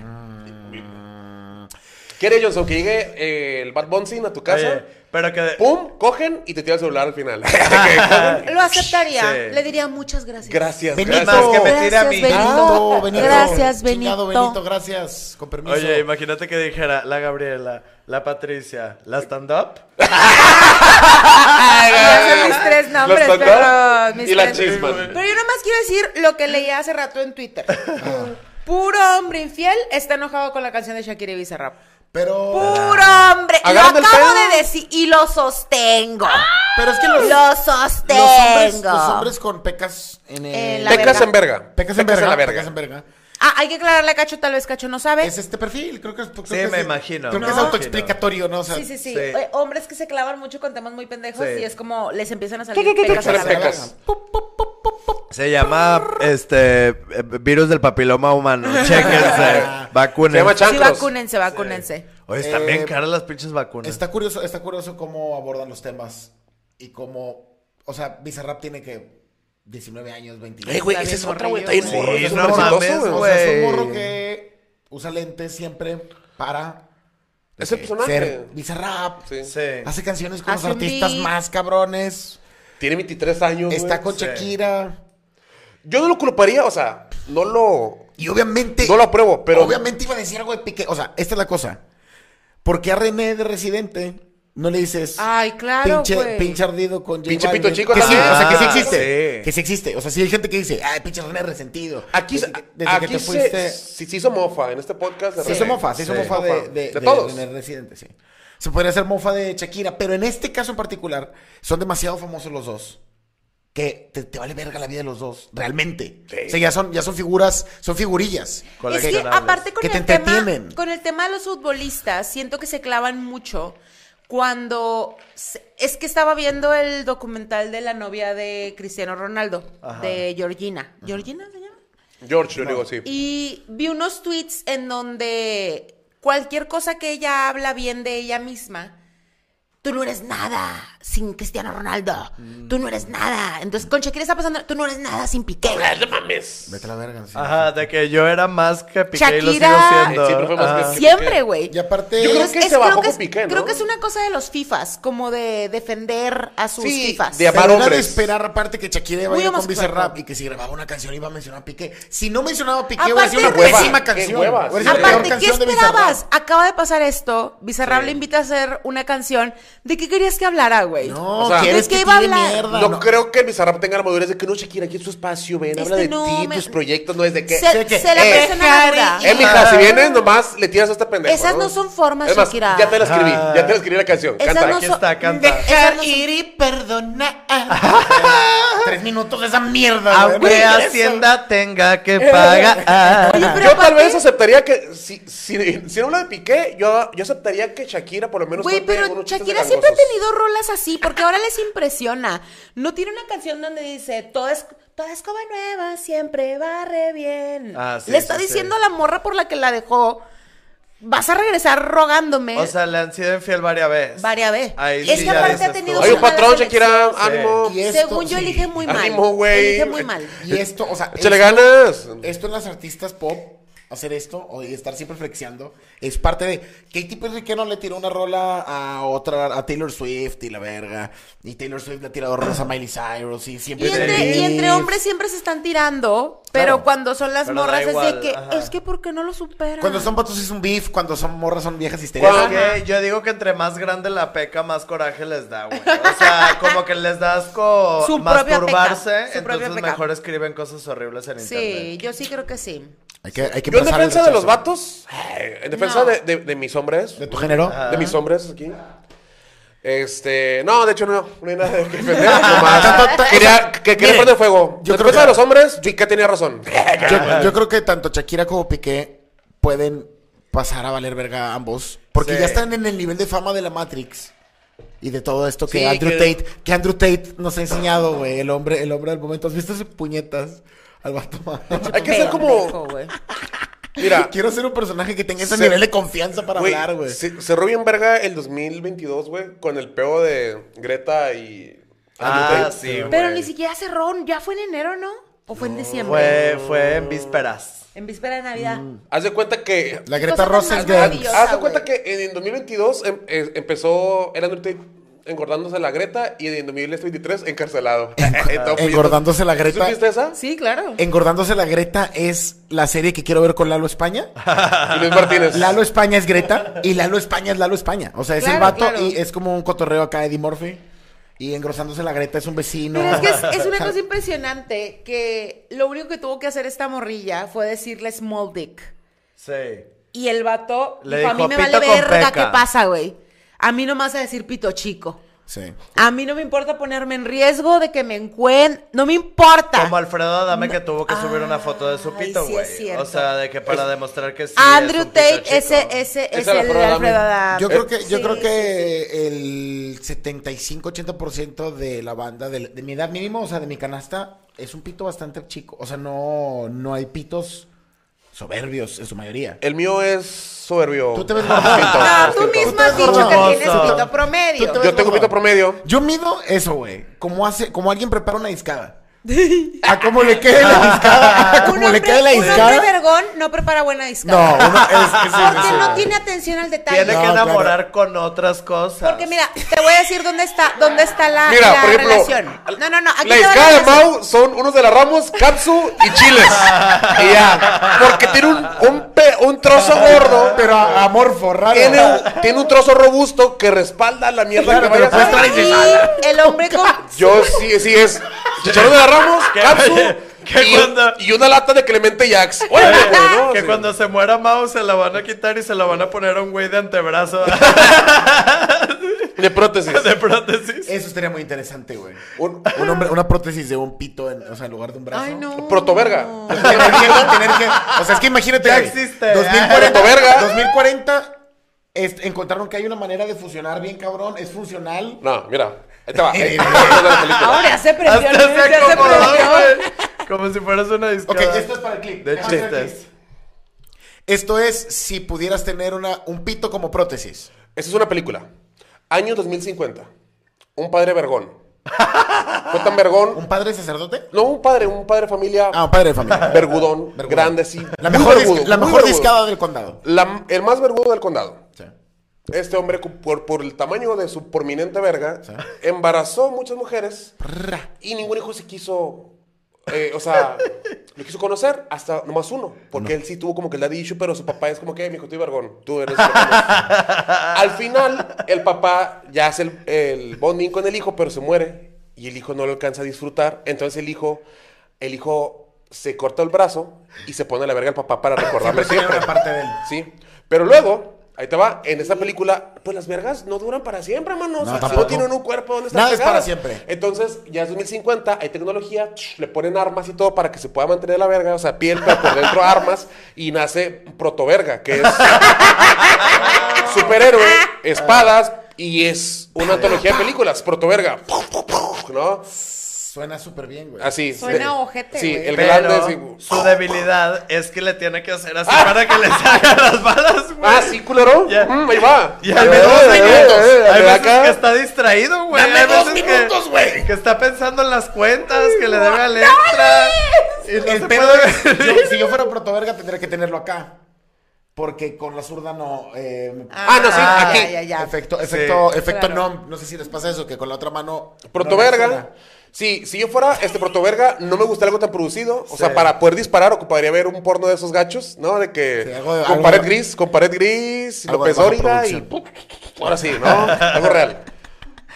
S3: ¿Quiere Johnson que llegue eh, el Bad Bunny a tu casa?
S4: Oye, pero que...
S3: ¡Pum! Cogen y te tira el celular al final. Que
S2: Ah.
S3: cogen.
S1: Lo aceptaría,
S4: Sí.
S1: le diría muchas gracias.
S3: Gracias,
S2: Benito.
S4: Más
S3: gracias.
S4: que me tire a
S1: Gracias,
S4: mí.
S1: Benito.
S2: Benito, Benito.
S1: Gracias,
S2: Chingado
S1: Benito.
S2: Benito, gracias. Con permiso.
S4: Oye, imagínate que dijera la Gabriela, la Patricia, la stand-up.
S1: Ay, ya son mis tres nombres,
S3: Los
S1: pero...
S3: tocó
S1: mis
S3: y la
S1: tres-
S3: chisman.
S1: Pero yo nomás quiero decir lo que leí hace rato en Twitter. Puro hombre infiel está enojado con la canción de Shakira y Bizarrap.
S2: Pero.
S1: ¡Puro hombre! Lo
S3: Agarran del
S1: acabo
S3: pedo.
S1: de decir y lo sostengo.
S2: Pero es que los.
S1: Lo
S2: los hombres,
S1: sostengo.
S2: los hombres con pecas en el-
S1: En la
S3: Pecas
S1: verga.
S3: en verga.
S2: Pecas en
S3: la
S2: verga.
S3: verga.
S2: Pecas en verga.
S1: Ah, hay que aclararle a Cacho, tal vez Cacho no sabe.
S2: Es este perfil, creo que es. creo
S4: Sí,
S2: que es-
S4: me imagino,
S2: Creo
S4: me
S2: que es
S1: imagino.
S2: autoexplicatorio, ¿no? O sea,
S1: Sí, sí, sí.
S4: Sí.
S1: Eh, hombres que se clavan mucho con temas muy pendejos
S4: Sí.
S1: y es como les empiezan a salir pecas a la
S3: Salen
S1: verga.
S3: pecas.
S4: Se llama este eh, virus del papiloma humano. Chéquense.
S3: Se llama
S4: Vacunas.
S3: chancros.
S1: Sí, vacúnense, vacúnense.
S4: Oye, están bien
S2: Eh,
S4: caras las pinches vacunas.
S2: Está curioso, está curioso cómo abordan los temas y cómo. O sea, Bizarrap tiene que 19 años, 20
S3: Eh, güey,
S1: Está
S3: ese es
S1: bien
S3: otra, güey. Está
S1: morrillo,
S3: bien
S4: güey.
S3: morro.
S4: Sí,
S3: Es un
S4: no
S3: exitoso,
S4: mames,
S3: güey.
S2: O sea, es un
S4: güey.
S2: morro que usa lentes siempre para
S3: Es el
S2: eh,
S3: personaje.
S2: ser Bizarrap.
S3: Sí.
S4: Sí.
S2: Hace canciones con
S1: Hace
S2: los
S1: un
S2: artistas
S1: beat.
S2: más cabrones.
S3: Tiene 23 años.
S2: Está
S3: güey.
S2: con
S4: sí.
S2: Shakira.
S3: Yo no lo culparía, o sea, no lo.
S2: Y obviamente.
S3: No lo apruebo, pero.
S2: Obviamente iba a decir algo de pique. O sea, esta es la cosa. ¿Por qué a René de Residente no le dices.
S1: Ay, claro,
S2: Pinche,
S1: güey.
S2: pinche ardido con J
S3: Pinche
S2: Balvin"?
S3: pito chico
S2: Que sí,
S3: también.
S2: o sea, que sí
S4: Ah,
S2: existe.
S4: sí.
S2: Que sí existe. O sea, sí hay gente que dice, ay, pinche René resentido.
S3: Aquí,
S2: desde que, desde
S3: aquí
S2: que te
S3: se,
S2: fuiste.
S3: se, se hizo mofa en este podcast. de
S2: Se hizo
S3: repente.
S2: mofa, se hizo
S4: Sí.
S2: mofa de, de,
S3: De todos.
S2: René Residente, sí. Se podría hacer mofa de Shakira, pero en este caso en particular, son demasiado famosos los dos. Que te, te vale verga la vida de los dos, realmente.
S3: Sí.
S2: O sea, ya son, ya son figuras, son figurillas.
S1: Es que
S4: Coleccionables.
S1: aparte con
S2: Que te
S1: el tema,
S2: entretienen.
S1: con el tema de los futbolistas, siento que se clavan mucho cuando se- es que estaba viendo el documental de la novia de Cristiano Ronaldo, de Georgina. ¿Georgina se llama?
S3: George, yo le digo sí.
S1: Y vi unos tweets en donde cualquier cosa que ella habla bien de ella misma, tú no eres nada sin Cristiano Ronaldo,
S3: Mm.
S1: tú no eres nada. Entonces con Shakira está pasando, tú no eres nada sin Piqué.
S3: Ah, No mames.
S2: Vete a la verga. sí.
S4: Ajá, de que yo era más que Piqué y lo sigo
S1: Shakira.
S4: siendo.
S3: Siempre fue más
S4: Ajá.
S3: que-
S1: Siempre, güey.
S2: Y aparte,
S3: Yo creo
S1: Es-
S3: que
S1: es-
S3: se bajó
S1: creo que
S3: con
S1: es-
S3: Piqué, ¿no?
S1: Creo que es una cosa de los FIFAs, como de defender a sus
S3: Sí,
S1: FIFAs.
S3: de-
S2: pero
S3: amar
S2: era
S3: hombres.
S2: de esperar aparte que Shakira iba a
S1: Muy
S2: ir con
S1: homosexual.
S2: Bizarrap y que si grababa una canción iba a mencionar a Piqué. Si no mencionaba a Piqué,
S1: Aparte-
S2: hubiera sido una
S1: Qué hueva,
S2: pésima
S3: qué
S2: canción.
S3: hueva,
S2: Hubiera
S3: sí.
S2: sido la peor
S1: Aparte, ¿qué
S2: canción de Bizarrap.
S1: esperabas? Acaba de pasar esto. Bizarrap le invita a hacer una canción. ¿De qué querías que hablara, güey?
S2: No,
S3: O sea,
S2: ¿quieres
S1: ¿de
S2: que
S1: qué iba a
S2: tire
S1: hablar?
S2: mierda?
S3: No,
S2: No.
S3: creo que Bizarrap tenga la madurez de que no, Shakira, aquí es tu espacio, ven,
S1: Este
S3: habla de
S1: no
S3: ti,
S1: me-
S3: tus proyectos, no es de qué.
S1: Se,
S2: ¿De qué?
S1: se la
S3: Eh,
S1: persona dura.
S3: Eh, mija, si vienes, nomás le tiras a esta pendeja.
S1: Esas no son formas,
S3: Es más,
S1: Shakira.
S3: Ya te la escribí,
S4: Ah.
S3: ya te la escribí la canción.
S1: Esas
S3: Canta.
S1: no
S4: Aquí
S1: son-
S4: está, canta.
S1: Esas no son-
S2: y perdonar. Tres minutos de esa mierda, güey.
S4: Aunque
S2: Eso.
S4: Hacienda tenga que pagar.
S1: Oye, pero
S3: Yo tal
S1: aparte-
S3: vez aceptaría que, si, si, si no habla de Piqué, yo, yo aceptaría que Shakira por lo menos...
S1: Güey,
S3: cuente
S1: pero
S3: algunos chistes
S1: Shakira siempre ha
S3: gangosos.
S1: tenido rolas así, porque ahora les impresiona. No tiene una canción donde dice, toda, es- toda escoba nueva siempre barre bien.
S4: Ah, sí,
S1: Le está
S4: sí,
S1: diciendo
S4: sí.
S1: a la morra por la que la dejó, vas a regresar rogándome.
S4: O sea, le han sido infiel varias veces.
S1: Varias veces.
S4: Ahí
S1: Es
S4: sí
S1: que
S4: ya
S1: aparte
S4: dices
S1: ha tenido
S4: tú.
S3: Hay un
S1: Son malas
S3: patrón, Shakira,
S1: elecciones.
S3: ánimo.
S2: Y esto,
S1: Según yo
S2: sí.
S1: elige muy mal.
S3: Ánimo, güey.
S1: Elige muy mal.
S2: Y esto, o sea,
S3: Échale
S2: esto-
S3: ganas.
S2: Esto en las artistas pop, hacer esto o y estar siempre flexiando, es parte de Katy Perry que no le tiró una rola a otra, a Taylor Swift y la verga. Y Taylor Swift le ha tirado rolas a Miley Cyrus y
S1: Y
S2: siempre.
S1: entre, y entre hombres siempre se están tirando, pero
S2: Claro.
S1: cuando son las
S4: Pero da
S1: morras es
S4: igual,
S1: de que,
S4: ajá.
S1: es que ¿por qué no lo superan?
S2: Cuando son patos es un beef, cuando son morras son viejas
S4: Es
S2: histéricas.
S4: que yo digo que entre más grande la peca, más coraje les da, güey. O sea, como que les da asco
S1: Su propia
S4: masturbarse,
S1: peca, su propia
S4: entonces
S1: peca.
S4: mejor escriben cosas horribles en
S1: Sí,
S4: internet.
S1: yo sí creo que sí.
S2: Hay que, hay que
S3: Yo en
S2: pasar el
S3: defensa de los
S2: rechazo.
S3: vatos, ay, en defensa
S1: No.
S3: de, de- de mis hombres,
S2: ¿De tu género?
S3: de mis hombres aquí. Este, no, de hecho no, no hay nada que defender, nomás
S2: Tanto- ta- o
S3: quería,
S2: sea,
S3: que quería
S2: mire,
S3: prender fuego.
S2: yo
S3: Yo
S2: creo que-
S3: de los hombres, Piqué tenía razón.
S2: Yo, yo creo que tanto Shakira como Piqué pueden pasar a valer verga ambos. Porque
S4: Sí.
S2: ya están en el nivel de fama de la Matrix. Y de todo esto que
S3: Sí,
S2: Andrew
S3: que-
S2: Tate, que Andrew Tate nos ha enseñado, güey. El hombre, el hombre del momento. ¿Has visto ese puñetas? Al vato más.
S3: Hay que ser
S1: Pendejo,
S3: como,
S1: güey.
S3: mira,
S2: Quiero ser un personaje que tenga ese
S3: Se-
S2: nivel de confianza para
S3: güey,
S2: hablar, güey.
S3: se- cerró bien verga el 2022, güey, con el peo de Greta y
S4: Ah, sí, güey.
S1: Pero ni siquiera cerró, ya fue en enero, ¿no? ¿O fue en diciembre?
S4: Fue, Mm. fue en vísperas.
S1: En víspera de Navidad.
S3: Haz de cuenta que
S2: La Greta
S1: Cosa tan
S2: Rosengren.
S1: maravillosa.
S3: Haz de
S1: güey.
S3: cuenta que en el 2022 em- em- empezó el Undertaker engordándose la Greta y en el 2023 encarcelado. Todo puñetas.
S2: Engordándose la
S3: ¿Sí
S2: Greta.
S3: ¿Supiste esa?
S1: Sí, claro.
S4: Eh,
S2: Engordándose la Greta es la serie que quiero ver con Lalo España.
S3: Y Luis Martínez.
S2: Lalo España es Greta y Lalo España es Lalo España. O sea, es el
S1: Claro,
S2: vato
S1: claro.
S2: y es como un cotorreo acá Eddie Murphy. Y engrosándose la Greta es un vecino.
S1: Pero es que es, es una cosa impresionante que lo único que tuvo que hacer esta morrilla fue decirle small dick.
S4: Sí.
S1: Y el vato
S4: Le
S1: dijo, a mí
S4: dijo,
S1: me
S4: "Pito
S1: vale
S4: con
S1: verga
S4: peca".
S1: qué pasa, güey. A mí no me vas a decir pito chico.
S2: Sí.
S1: A mí no me importa ponerme en riesgo de que me encuentren. No me importa.
S4: Como Alfredo Adame que tuvo que subir una foto de su
S1: Ay,
S4: pito,
S1: sí es
S4: güey.
S1: cierto.
S4: o sea, de que para demostrar que sí.
S1: Andrew
S4: es un pito
S1: Tate,
S4: chico.
S1: ese, ese
S3: Es
S1: es,
S3: el
S1: el
S3: Alfredo
S1: Alfredo
S3: Adame.
S1: Adame.
S2: Yo creo que, yo
S1: Sí,
S2: creo
S1: Ah, sí,
S2: que el 75-80% de la banda de, de mi edad mínimo, o sea, de mi canasta, es un pito bastante chico. O sea, no, no hay pitos soberbios en su mayoría.
S3: El mío es soberbio.
S2: Tú te ves gordo.
S1: No, Ah, tú
S3: Pito.
S1: mismo has
S2: Tú te
S1: dicho
S2: ves
S1: que
S4: gordoso.
S1: tienes pito promedio.
S2: Tú te ves
S3: Yo tengo
S2: gordo.
S3: pito promedio.
S2: Yo mido eso, güey. Como hace, como alguien prepara una discada. A cómo le quede la discada. A
S1: Un
S2: cómo
S1: hombre,
S2: Ah, le quede la
S1: un hombre
S2: discada.
S1: vergón no prepara buena discada.
S2: No, uno es, es- es-
S1: Porque
S2: es-
S1: no tiene atención al detalle.
S4: Tiene
S2: No,
S4: que
S2: claro.
S4: enamorar con otras cosas.
S1: Porque mira, te voy a decir dónde está, dónde está la,
S3: Mira,
S1: la
S3: por ejemplo.
S1: relación. No, no, no. Aquí
S3: la
S1: te va
S3: escala de
S1: relación.
S3: Mau son unos de la Ramos, Katsu y Chiles. y ya. Porque tiene un, un, pe- un trozo gordo.
S2: Pero a- amorfo, raro.
S3: Tiene un, tiene un trozo robusto que respalda la mierda
S2: Claro,
S3: que
S2: pero
S3: vaya a
S2: puedes traer-
S3: hacer.
S1: Y el hombre con.
S3: Yo sí, sí es. Chicharrón de la Ramos,
S4: ¿Qué-
S3: Katsu
S4: qué
S3: y,
S4: onda?
S3: y una lata de Clemente Jax. Órale, güey, ¿no?
S4: Que
S3: Sí.
S4: cuando se muera Mao se la van a quitar y se la van a poner a un güey de antebrazo
S3: De prótesis.
S4: de prótesis.
S2: Eso estaría muy interesante, güey.
S3: Un-
S2: Un hombre, una prótesis de un pito, en, o sea, en lugar de un brazo.
S1: Ay, no.
S3: Protoverga.
S2: Tener que- tener que- o sea, es que imagínate.
S4: Ya
S2: güey,
S4: existe.
S2: 2040.
S3: Puerto Verga.
S2: 2040. este, encontraron que hay una manera de fusionar bien, cabrón. Es funcional.
S3: No, mira. Ahí te va. Ahí- ahí te va la película.
S1: Ahora se prendió.
S4: Hasta
S1: el
S4: se
S1: niño, ya se
S4: acomodó,
S1: prendió.
S4: güey. Como si fueras una
S2: Ok,
S4: discada.
S2: esto es para el clip.
S4: De
S2: Déjame hacer el
S4: chistes.
S2: clip. Esto es si pudieras tener una, un pito como prótesis.
S3: Esa es una película. Año 2050. Un padre vergón. Fue tan vergón.
S2: ¿Un padre sacerdote?
S3: No, un padre, un padre familia.
S2: Ah, un padre de familia.
S3: Vergudón,
S2: Vergudón.
S3: grande, sí.
S2: La
S3: Muy
S2: mejor, dis-
S3: vergudo,
S2: la
S3: muy
S2: mejor
S3: vergudo.
S2: discada del condado.
S3: La- el más vergudo del condado.
S2: Sí.
S3: Este hombre, cu- por, por el tamaño de su prominente verga, embarazó muchas mujeres y ningún hijo se quiso. eh, o sea, lo quiso conocer hasta nomás uno. Porque él sí tuvo como que el daddy issue, pero su papá es como que, mi hijo, estoy vergón. Tú eres. vergón". Al final, el papá ya hace el, el bonding con el hijo, pero se muere y el hijo no lo alcanza a disfrutar. Entonces el hijo, el hijo se corta el brazo y se pone a la verga al papá para recordarle
S2: Tiene
S3: siempre.
S2: una parte de él.
S3: Sí. Pero luego, ahí te va, en esta película, pues las vergas no duran para siempre, mano. O
S2: No,
S3: sea, si no
S2: tampoco.
S3: tienen un cuerpo donde
S2: Nada es para siempre.
S3: Entonces, ya es 2050, hay tecnología, tsh, le ponen armas y todo para que se pueda mantener la verga, o sea, piel, pero por dentro armas, y nace protoverga, que es superhéroe, espadas, y es una antología de películas, protoverga. ¿No?
S2: Suena súper bien, güey.
S3: Así.
S1: Suena
S3: De-
S1: ojete,
S3: Sí,
S1: güey.
S3: el grande
S4: Pero
S3: sí.
S4: su debilidad es que le tiene que hacer así para que le salgan las balas, güey.
S3: Ah, sí, culero.
S4: Ya.
S3: Mm, ahí va.
S4: Y al menos dos
S3: Eh, eh,
S4: minutos.
S3: eh,
S4: Hay
S3: de
S4: veces
S3: acá.
S4: que está distraído, güey.
S3: Dame
S4: Hay
S3: dos
S4: veces
S3: minutos,
S4: que-
S3: güey.
S4: Que está pensando en las cuentas, que le debe al extra. Y no
S2: El
S4: se
S2: pedo
S4: puede
S2: es,
S4: ver.
S2: yo- si yo fuera protoverga tendría que tenerlo acá. Porque con la zurda no. eh,
S3: Ah, no, sí,
S1: Ah,
S3: aquí.
S1: Ya, ya, ya.
S2: Efecto, efecto, efecto
S1: Claro.
S2: no. No sé si les pasa eso, que con la otra mano.
S3: Protoverga.
S2: no les suena.
S3: sí, si yo fuera este protoverga, no me gusta algo tan producido. O sea,
S4: Sí.
S3: para poder disparar, ocuparía ver un porno de esos gachos, ¿no? De que
S2: Sí, algo de-
S3: con
S2: algo
S3: pared
S2: de-
S3: gris, con pared gris,
S2: algo
S3: López
S2: de baja
S3: Dóriga y.
S2: producción.
S3: Ahora sí, ¿no? Algo real.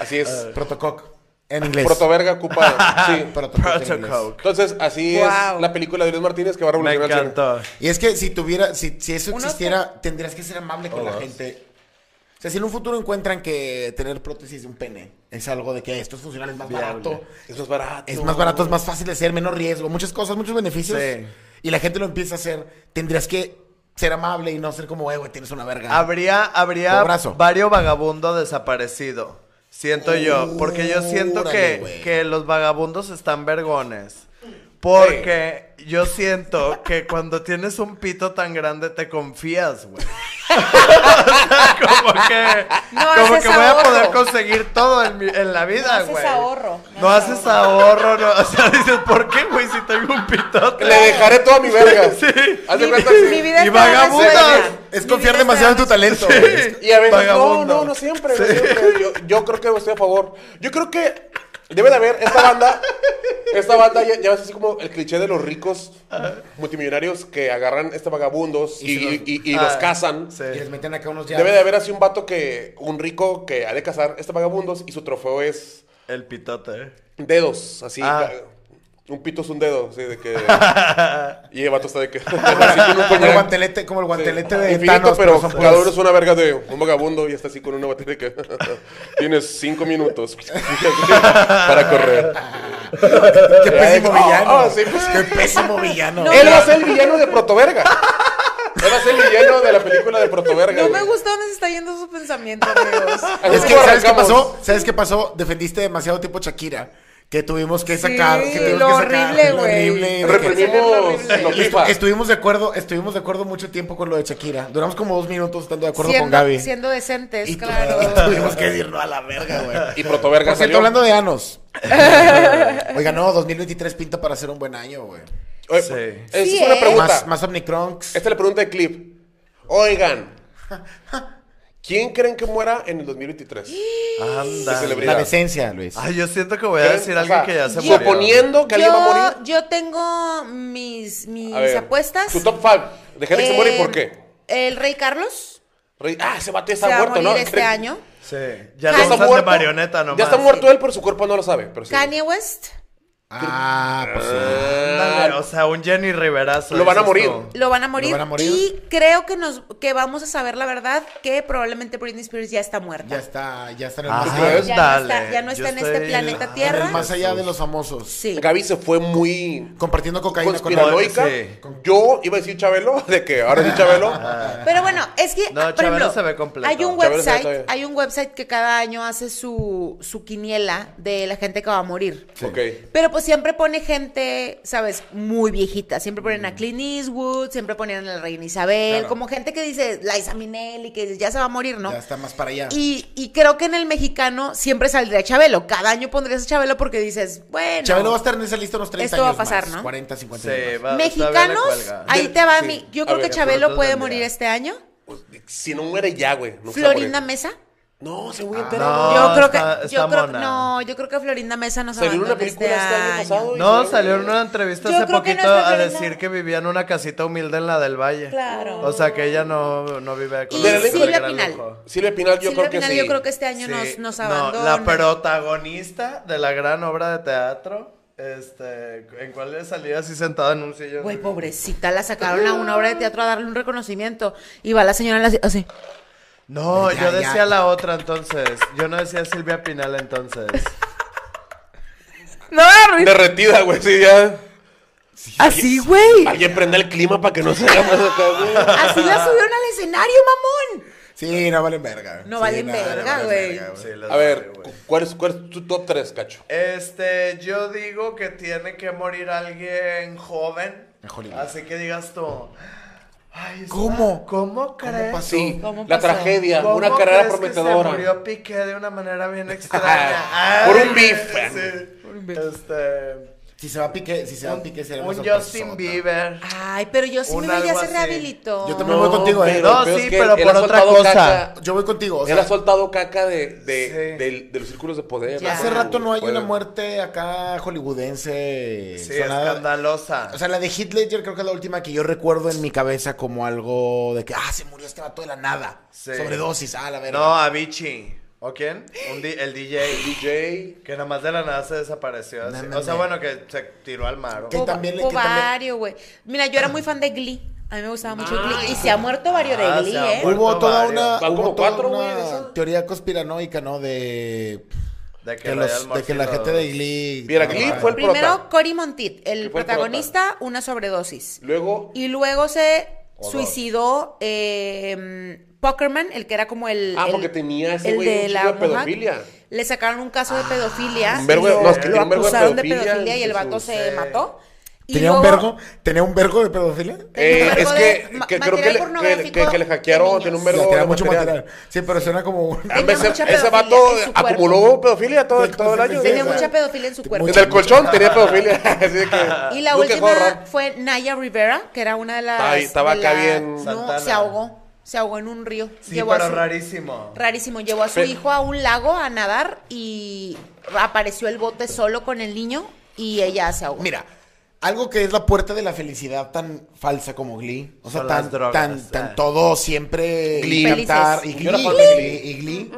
S3: Así es.
S2: Ah, Protococ. En inglés.
S3: Protoverga ocupa. Sí.
S2: Protococ en inglés.
S4: Protococ.
S3: Entonces, así
S1: Wow.
S3: es la película de Luis Martínez que va a
S4: Me
S3: revolucionar el cine.
S4: encantó.
S2: Y es que si tuviera, si, si eso
S1: Uno se-
S2: existiera, tendrías que ser amable con la gente. O sea, si en un futuro encuentran que tener prótesis de un pene es algo de que esto es funcional, es más barato.
S3: Es más barato.
S2: Es más barato, es más fácil de hacer, menos riesgo, muchas cosas, muchos beneficios.
S4: Sí.
S2: Y la gente lo empieza a hacer. Tendrías que ser amable y no ser como, eh, güey, tienes una verga.
S4: Habría, habría
S2: Cobrazo.
S4: varios vagabundos desaparecido. Siento yo. Porque yo siento
S2: Órale,
S4: que,
S2: güey.
S4: que los vagabundos están vergones. Porque yo siento que cuando tienes un pito tan grande te confías, güey. como que,
S1: No
S4: como
S1: haces
S4: que voy a
S1: ahorro.
S4: poder conseguir todo en, mi- en la vida,
S1: haces
S4: güey.
S1: ahorro,
S4: No,
S1: no
S4: haces
S1: haces
S4: ahorro, no. O sea, dices, ¿por qué, güey, si tengo un pitote?
S3: Le dejaré toda mi verga.
S4: Sí.
S3: Haz de
S1: Mi-
S3: cuenta,
S1: mi
S3: sí.
S1: vida
S4: Y
S1: está
S4: vagabundos.
S1: resuelta.
S2: es
S1: Mi
S2: confiar
S1: vida está
S2: demasiado en tu talento. güey. Es-
S3: Y a veces,
S4: Vagabundo.
S3: no, no, no siempre, no siempre. Yo, yo creo que estoy a favor. Yo creo que debe de haber esta banda, esta banda ya, ya ves así como el cliché de los ricos multimillonarios que agarran estos vagabundos y,
S2: Y se los-
S3: y- y los
S4: Ah,
S3: casan.
S4: sí.
S2: Y les meten acá unos ya.
S3: Debe de haber así un vato que, un rico que ha de este, cazar estos vagabundos y su trofeo es
S4: El pitote.
S3: dedos, así.
S4: Ah.
S3: ca- Un pito es un dedo, sí, de que. y el vato está de que. así con un
S2: Como el
S3: puñal.
S2: guantelete, como el guantelete
S3: Sí.
S2: de
S3: Infinito,
S2: Thanos,
S3: pero
S2: son
S3: cada uno
S2: puras-
S3: es una verga de un vagabundo y está así con una batería que tienes cinco minutos para correr.
S2: Qué pésimo
S3: Ah,
S2: villano.
S3: ah, sí, pues.
S2: Qué pésimo villano.
S3: Él va a ser el villano de Protoverga. Él va a ser el villano de la película de Protoverga.
S1: No me
S3: güey.
S1: gusta dónde se está yendo su pensamiento, amigos.
S3: Así
S2: Es que,
S3: como
S2: ¿sabes qué
S3: arrancamos.
S2: pasó? ¿Sabes qué pasó? Defendiste demasiado tiempo a Shakira. Que tuvimos que sacar. que tuvimos
S1: lo
S2: que sacar,
S1: horrible,
S2: lo
S1: güey.
S2: horrible, de que-
S3: Reprimimos
S1: Sí,
S3: lo
S1: esto-
S3: FIFA.
S2: Estuvimos de acuerdo, estuvimos de acuerdo mucho tiempo con lo de Shakira. Duramos como dos minutos estando de acuerdo
S1: siendo,
S2: con Gaby.
S1: siendo decentes,
S2: y tu-
S1: claro.
S2: y tuvimos que decir no a la verga, güey.
S3: Y Protoverga
S2: Por cierto,
S3: salió.
S2: hablando de anos. Oiga, no, 2023 pinta para ser un buen año, güey.
S3: Oye,
S4: Sí.
S3: Esa es
S1: Sí,
S3: una
S1: ¿eh?
S3: pregunta.
S2: Más, más Omnicronks.
S3: Esta es la pregunta de Clip. Oigan, ¿quién creen que muera en el 2023?
S4: Anda.
S3: celebridad.
S2: Ah, La decencia, Luis.
S4: Ay, yo siento que voy a decir
S3: ¿Creen? O
S4: algo
S3: sea,
S4: que ya se murió.
S3: Suponiendo que alguien va a
S1: Yo,
S3: morir.
S1: yo tengo mis, mis
S3: A ver,
S1: apuestas.
S3: Tu top 5. De gente que se muere y por
S1: Eh,
S3: qué.
S1: El Rey Carlos
S3: Rey- Ah, ese vato ya
S1: se
S3: está
S1: va
S3: muerto,
S1: a
S3: ¿no?
S1: morir este
S3: Creo-
S1: año.
S4: Sí.
S1: Ya
S4: Ya lo
S1: está
S4: usan de marioneta nomás.
S3: Ya está muerto él, pero su cuerpo no lo sabe. Pero sí.
S1: Kanye West
S2: Ah, pues sí.
S4: Ándale, o sea, un Jenny Riverazo.
S3: Lo van a
S4: dices
S3: morir.
S4: tú.
S1: lo van a morir.
S2: van a morir.
S1: Y creo que nos que vamos a saber la verdad que probablemente Britney Spears ya está muerta.
S2: Ya está, ya está en el
S4: Ah,
S2: más
S3: ¿tú crees?
S2: allá.
S1: Ya no
S4: dale.
S1: está, ya no está
S4: Yo
S1: en este
S4: estoy-
S1: planeta
S4: Ah,
S2: En
S1: Tierra.
S2: el más allá de los famosos.
S1: Sí.
S3: Eh, Gaby se fue muy
S2: Compartiendo cocaína con
S4: Conspirado.
S3: conspiranoica.
S4: Sí.
S3: Yo iba a decir Chabelo, de que ahora sí Chabelo.
S4: Ah,
S1: Pero bueno, es que
S4: No,
S1: ah, por
S4: Chabelo
S1: ejemplo,
S4: se ve completo.
S1: hay un
S3: Chabelo se ve
S1: website,
S3: todavía.
S1: hay un website que cada año hace su su quiniela de la gente que va a morir.
S3: Ok.
S1: Pero pues siempre pone gente, ¿sabes? Muy viejita. Siempre ponen a Clint Eastwood, siempre ponían a la reina Isabel,
S2: Claro.
S1: como gente que dice Liza Minnelli, que ya se va a morir, ¿no?
S2: Ya está más para allá.
S1: Y, y creo que en el mexicano siempre saldría Chabelo. Cada año pondrías a Chabelo porque dices, bueno.
S2: Chabelo va a estar en esa lista unos 30
S1: Esto va a
S2: años
S1: pasar,
S2: más,
S1: ¿no?
S2: 40, 50
S4: Sí,
S2: años. más.
S4: va, todavía le
S1: Mexicanos,
S4: cuelga.
S1: ahí
S3: Del-
S1: te va
S3: sí.
S1: mi. Yo
S3: A
S1: creo
S3: ver,
S1: que
S3: de
S1: Chabelo
S4: pronto
S1: puede
S4: tendría.
S1: morir este año.
S3: Pues, si no muere ya, güey. no se va a morir.
S1: Florinda Mesa.
S3: No, se voy a
S4: no.
S3: enterar.
S1: yo creo que.
S4: está-
S1: yo
S4: está
S1: creo,
S4: mona.
S1: no, yo creo que Florinda Mesa nos
S3: Salió en una
S1: abandonó
S3: película este año pasado.
S4: No, salió en una entrevista
S1: Yo
S4: hace
S1: creo que no
S4: poquito
S1: está
S4: a
S1: Florinda.
S4: decir que vivía en una casita humilde en la del Valle.
S1: Claro.
S4: O sea, que ella no, no vive con
S1: Y
S4: con el
S1: Silvia
S4: gran
S1: Pinal.
S4: lujo.
S3: Silvia Pinal, yo
S1: Silvia
S3: creo que
S1: Pinal,
S3: sí.
S1: yo creo que este año
S4: Sí,
S1: nos, nos
S4: no,
S1: abandona.
S4: la protagonista de la gran obra de teatro, este, en cual le salía así sentada en un sillón.
S1: Güey, pobrecita, la sacaron a una obra de teatro a darle un reconocimiento. Y va la señora así- así.
S4: No,
S2: Ya,
S4: yo
S2: ya.
S4: decía la otra entonces. Yo no decía Silvia Pinal entonces.
S1: No, me da risa.
S3: Derretida, güey, sí, ya.
S1: Así, güey.
S3: Alguien prenda el clima para que no se haga más acá, güey.
S1: Así la subieron al escenario, mamón.
S2: Sí, no valen verga.
S1: No
S2: Sí,
S1: valen
S2: nada,
S1: verga,
S2: valen
S1: güey.
S2: verga,
S4: Sí, las
S3: A ver,
S4: vale, güey.
S3: cu- ¿cuál es, ¿cuál es tu top 3, cacho?
S4: Este, yo digo que tiene que morir alguien joven.
S2: En Hollywood.
S4: Así que digas tú. Ay, es
S2: ¿Cómo?
S4: una- ¿Cómo crees?
S3: Sí,
S1: ¿Cómo
S3: la
S1: pasó?
S3: tragedia,
S4: ¿Cómo
S3: una carrera
S4: crees que
S3: prometedora.
S4: se murió Piqué de una manera bien extraña.
S3: Por
S4: Ay,
S3: un beef.
S4: sí. Este.
S2: Si se va a pique, si se va a pique, será
S4: Un
S2: una sorpresota.
S4: Justin Bieber.
S1: Ay, pero yo sí
S4: Un
S1: me veía
S4: algo
S1: se
S4: así.
S1: rehabilitó.
S2: Yo también voy contigo, eh.
S3: pero
S4: No,
S3: el peor
S4: sí,
S3: es que
S4: pero
S3: él
S4: por
S3: ha
S4: otra
S3: soltado
S4: cosa.
S3: caca.
S2: Ah, Yo voy contigo. O
S3: él ha
S2: sea,
S3: soltado caca de, de,
S4: Sí.
S3: del- de los círculos de poder.
S1: Ya.
S2: hace
S1: Ah,
S2: rato no hay
S3: Bueno.
S2: una muerte acá hollywoodense.
S4: Sí,
S2: sonada.
S4: escandalosa.
S2: O sea, la de Heath Ledger creo que es la última que yo recuerdo en mi cabeza como algo de que, ah, se murió este vato de la nada.
S4: Sí.
S2: Sobredosis, ah, la verga.
S4: no, Avicii. ¿O quién? Un di- el DJ.
S3: DJ.
S4: Que nada más de la nada se desapareció. así.
S2: No,
S4: o sea,
S2: mames.
S4: bueno, que se tiró al mar.
S2: ¿Qué?
S1: Po-
S2: que también le- que
S1: Povario, güey. Mira, yo era muy fan de Glee. A mí me gustaba mucho Glee. Y se ha muerto varios de
S4: Ah, se
S1: Glee,
S4: ha
S1: ¿eh?
S4: muerto.
S2: Hubo toda
S4: varios.
S2: una,
S3: Van
S2: hubo
S3: como
S2: toda
S3: cuatro,
S2: una
S3: güey, de esas.
S2: teoría conspiranoica, ¿no? De,
S4: De
S2: que,
S4: que,
S2: los-
S4: Ryan
S2: de
S4: Murphy
S2: que la
S4: lo-
S2: gente de Glee...
S3: Viera, Glee
S2: Ah,
S3: fue el
S1: Primero
S3: prota.
S1: Cory Montit, el
S3: Que fue el
S1: protagonista, una sobredosis.
S3: Luego,
S1: Y luego se
S4: O
S1: suicidó eh, Puckerman, el que era como el.
S3: Ah,
S1: el-
S3: porque tenía ese
S1: el
S3: güey un chico de
S1: monja.
S3: pedofilia.
S1: Le sacaron un caso de pedofilia.
S3: un Ah, vergo de-
S1: y lo,
S3: no, es que
S1: lo
S3: tenía un vergo de
S1: acusaron de pedofilia,
S3: pedofilia
S1: y el
S3: en
S1: vato
S3: sus-
S1: se
S4: Sí.
S1: mató. Y
S2: ¿Tenía un
S1: luego-
S2: vergo? ¿Tenía un vergo de pedofilia?
S1: Tenía
S3: Eh,
S1: un vergo
S3: es
S1: de
S3: que,
S1: ma-
S3: que creo
S1: material
S3: que le, que,
S1: pornográfico
S3: que- que le
S1: de
S3: hackearon,
S1: niños.
S3: tiene un
S2: O sea,
S3: vergo
S2: tenía
S3: de
S2: mucho
S3: material. Ah,
S2: material. Sí, pero suena como un...
S1: Tenía
S3: Ese-
S1: mucha
S3: ese
S1: pedofilia
S3: vato
S1: en su cuerpo.
S3: acumuló pedofilia todo,
S2: Mucha
S3: todo el año.
S1: Tenía
S2: Sí,
S1: mucha
S2: sí.
S1: pedofilia en su cuerpo.
S3: Desde el colchón tenía pedofilia. Así de que,
S1: Y la
S3: Duque
S1: última
S3: Gorra.
S1: fue Naya Rivera, que era una de las.
S3: Ay, estaba
S1: de
S3: acá
S1: la-
S3: bien-
S1: No,
S4: Santana.
S1: se ahogó. Se ahogó en un río.
S4: Sí,
S1: Llevó a
S4: pero
S1: su-
S4: rarísimo.
S1: Rarísimo. Llevó a su
S3: Pero-
S1: hijo a un lago a nadar y apareció el bote solo con el niño y ella se ahogó.
S2: Mira, algo que es la puerta de la felicidad tan falsa como Glee. O sea,
S4: Son
S2: tan,
S4: las drogas,
S2: tan,
S4: eh.
S2: tan todo siempre
S3: Glee.
S2: cantar y
S3: Felices.
S2: Glee.
S3: Yo era fan de Glee.
S2: y Glee.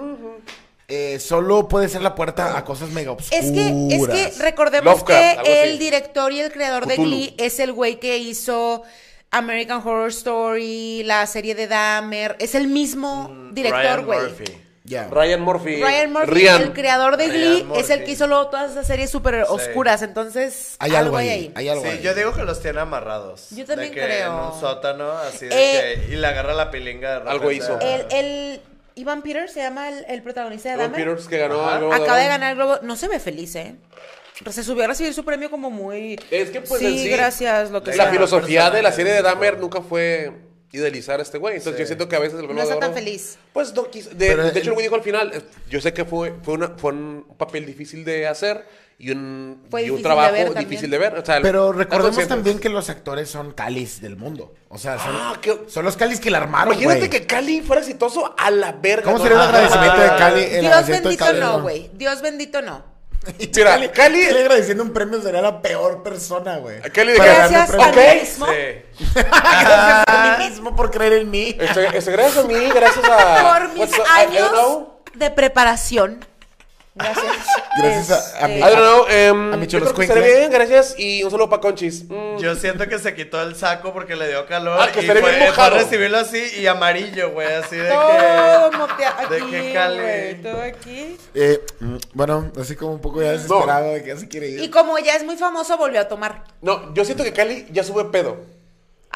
S2: eh, solo puede ser la puerta a cosas mega obscuras.
S1: Es que, es que recordemos
S3: Lovecraft, algo
S1: que
S3: así.
S1: el director y el creador
S3: Cthulhu.
S1: de Glee es el güey que hizo American Horror Story, la serie de Dahmer. Es el mismo director,
S4: Ryan
S1: güey.
S4: Murphy.
S2: Ya.
S3: Ryan Murphy.
S1: Ryan Murphy,
S3: Ryan.
S1: el creador de
S4: Ryan
S1: Glee, es el
S4: Murphy.
S1: que hizo luego todas esas series súper oscuras. Entonces,
S2: Hay algo ahí, Hay algo
S4: Sí,
S2: ahí.
S4: yo digo que los tiene amarrados.
S1: Yo también
S4: De que
S1: creo.
S4: En un sótano, así de
S1: Eh,
S4: que. Y le agarra la pilinga de repente
S3: Algo hizo.
S4: a-
S1: El, el- Ivan Peters se llama el, el protagonista de
S3: Evan
S1: Dahmer.
S3: Peters que ganó
S4: Ajá.
S3: algo.
S1: Acaba de ganar el globo. No se ve feliz, ¿eh? Pero Se subió a recibir su premio como muy.
S3: Es que, pues, en
S1: sí,
S3: sí,
S1: gracias, lo que
S3: La
S1: sea.
S3: filosofía de la serie de
S4: personaje.
S3: Dahmer nunca fue idealizar a este güey. Entonces
S4: Sí.
S3: yo siento que a veces el
S1: No
S3: Globo
S1: está
S3: de
S1: tan
S3: Oro-
S1: feliz.
S3: Pues no quiso. De,
S2: Pero
S3: de
S2: el-
S3: hecho, el güey dijo al final, eh, yo sé que fue, fue, una, fue un papel difícil de hacer y un,
S1: Fue
S3: y
S1: difícil
S3: un
S1: de
S3: trabajo
S1: ver también.
S3: difícil de ver. O sea,
S2: Pero
S3: están
S2: recordemos
S3: conscientes.
S2: también que los actores son cáliz del mundo. O sea, son,
S3: Ah, qué-
S2: son los cáliz que la armaron,
S3: Imagínate
S2: güey.
S3: que Cali fuera exitoso a la verga.
S2: ¿Cómo
S3: ¿no?
S2: sería el agradecimiento de
S4: Ah,
S2: Cali? El
S1: Dios
S2: agradecimiento de
S1: bendito
S2: Cali,
S1: no, güey. Dios bendito no.
S3: Mira,
S2: Cali, Cali
S3: Cali-
S2: agradeciendo un premio sería la peor persona, güey.
S3: A Cali de
S2: Para
S3: que-
S2: darme
S1: Gracias
S2: un premio.
S1: a mí mismo.
S4: Sí.
S2: Gracias a mí mismo por creer en mí.
S3: Este, este, gracias a mí, gracias a.
S1: Por mis
S3: what's up, I- I
S1: años
S3: don't know.
S1: de preparación. Gracias.
S2: Gracias a- a
S1: Este,
S2: mi-
S3: I don't know. em,
S2: A mi
S3: yo creo que
S2: Choloscuincle.
S3: estaré bien, gracias. Y un saludo para Conchis. Mm,
S4: Yo siento que se quitó el saco porque le dio calor.
S3: Ah, que
S4: y
S3: estaría
S4: fue,
S3: bien
S4: fue a
S3: mojado.
S4: recibirlo así y amarillo, güey. Así de
S1: Todo
S4: que.
S1: motea
S4: de
S1: aquí,
S4: que Cali.
S1: güey, todo aquí.
S2: Eh, mm, bueno, así como un poco ya desesperado de que ya se quiere ir.
S1: Y como ya es muy famoso, volvió a tomar.
S3: No, yo siento que Cali ya sube pedo.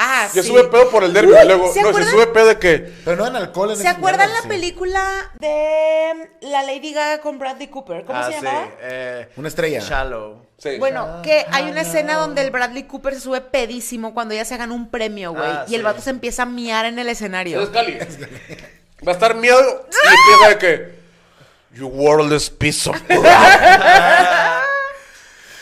S1: Ah,
S3: Ya
S1: sí.
S3: sube pedo por el derby.
S1: Uy,
S3: luego,
S1: ¿se
S3: no, se
S1: acuerdan?
S3: sube pedo de que.
S2: Pero no en alcohol. En
S1: ¿Se
S2: esas
S1: acuerdan la
S2: mierdas, sí.
S1: película de la Lady Gaga con Bradley Cooper? ¿Cómo
S4: Ah,
S1: se
S4: sí,
S1: llamaba?
S4: eh,
S2: Una estrella.
S4: Shallow.
S3: Sí.
S1: Bueno, que hay una escena donde el Bradley Cooper se sube pedísimo cuando ya se gana un premio, güey.
S4: Ah,
S1: y el
S4: sí.
S1: vato se empieza a miar en el
S3: Es
S1: escenario.
S3: Cali. Va a estar miedo. Y empieza de que. You worthless piece of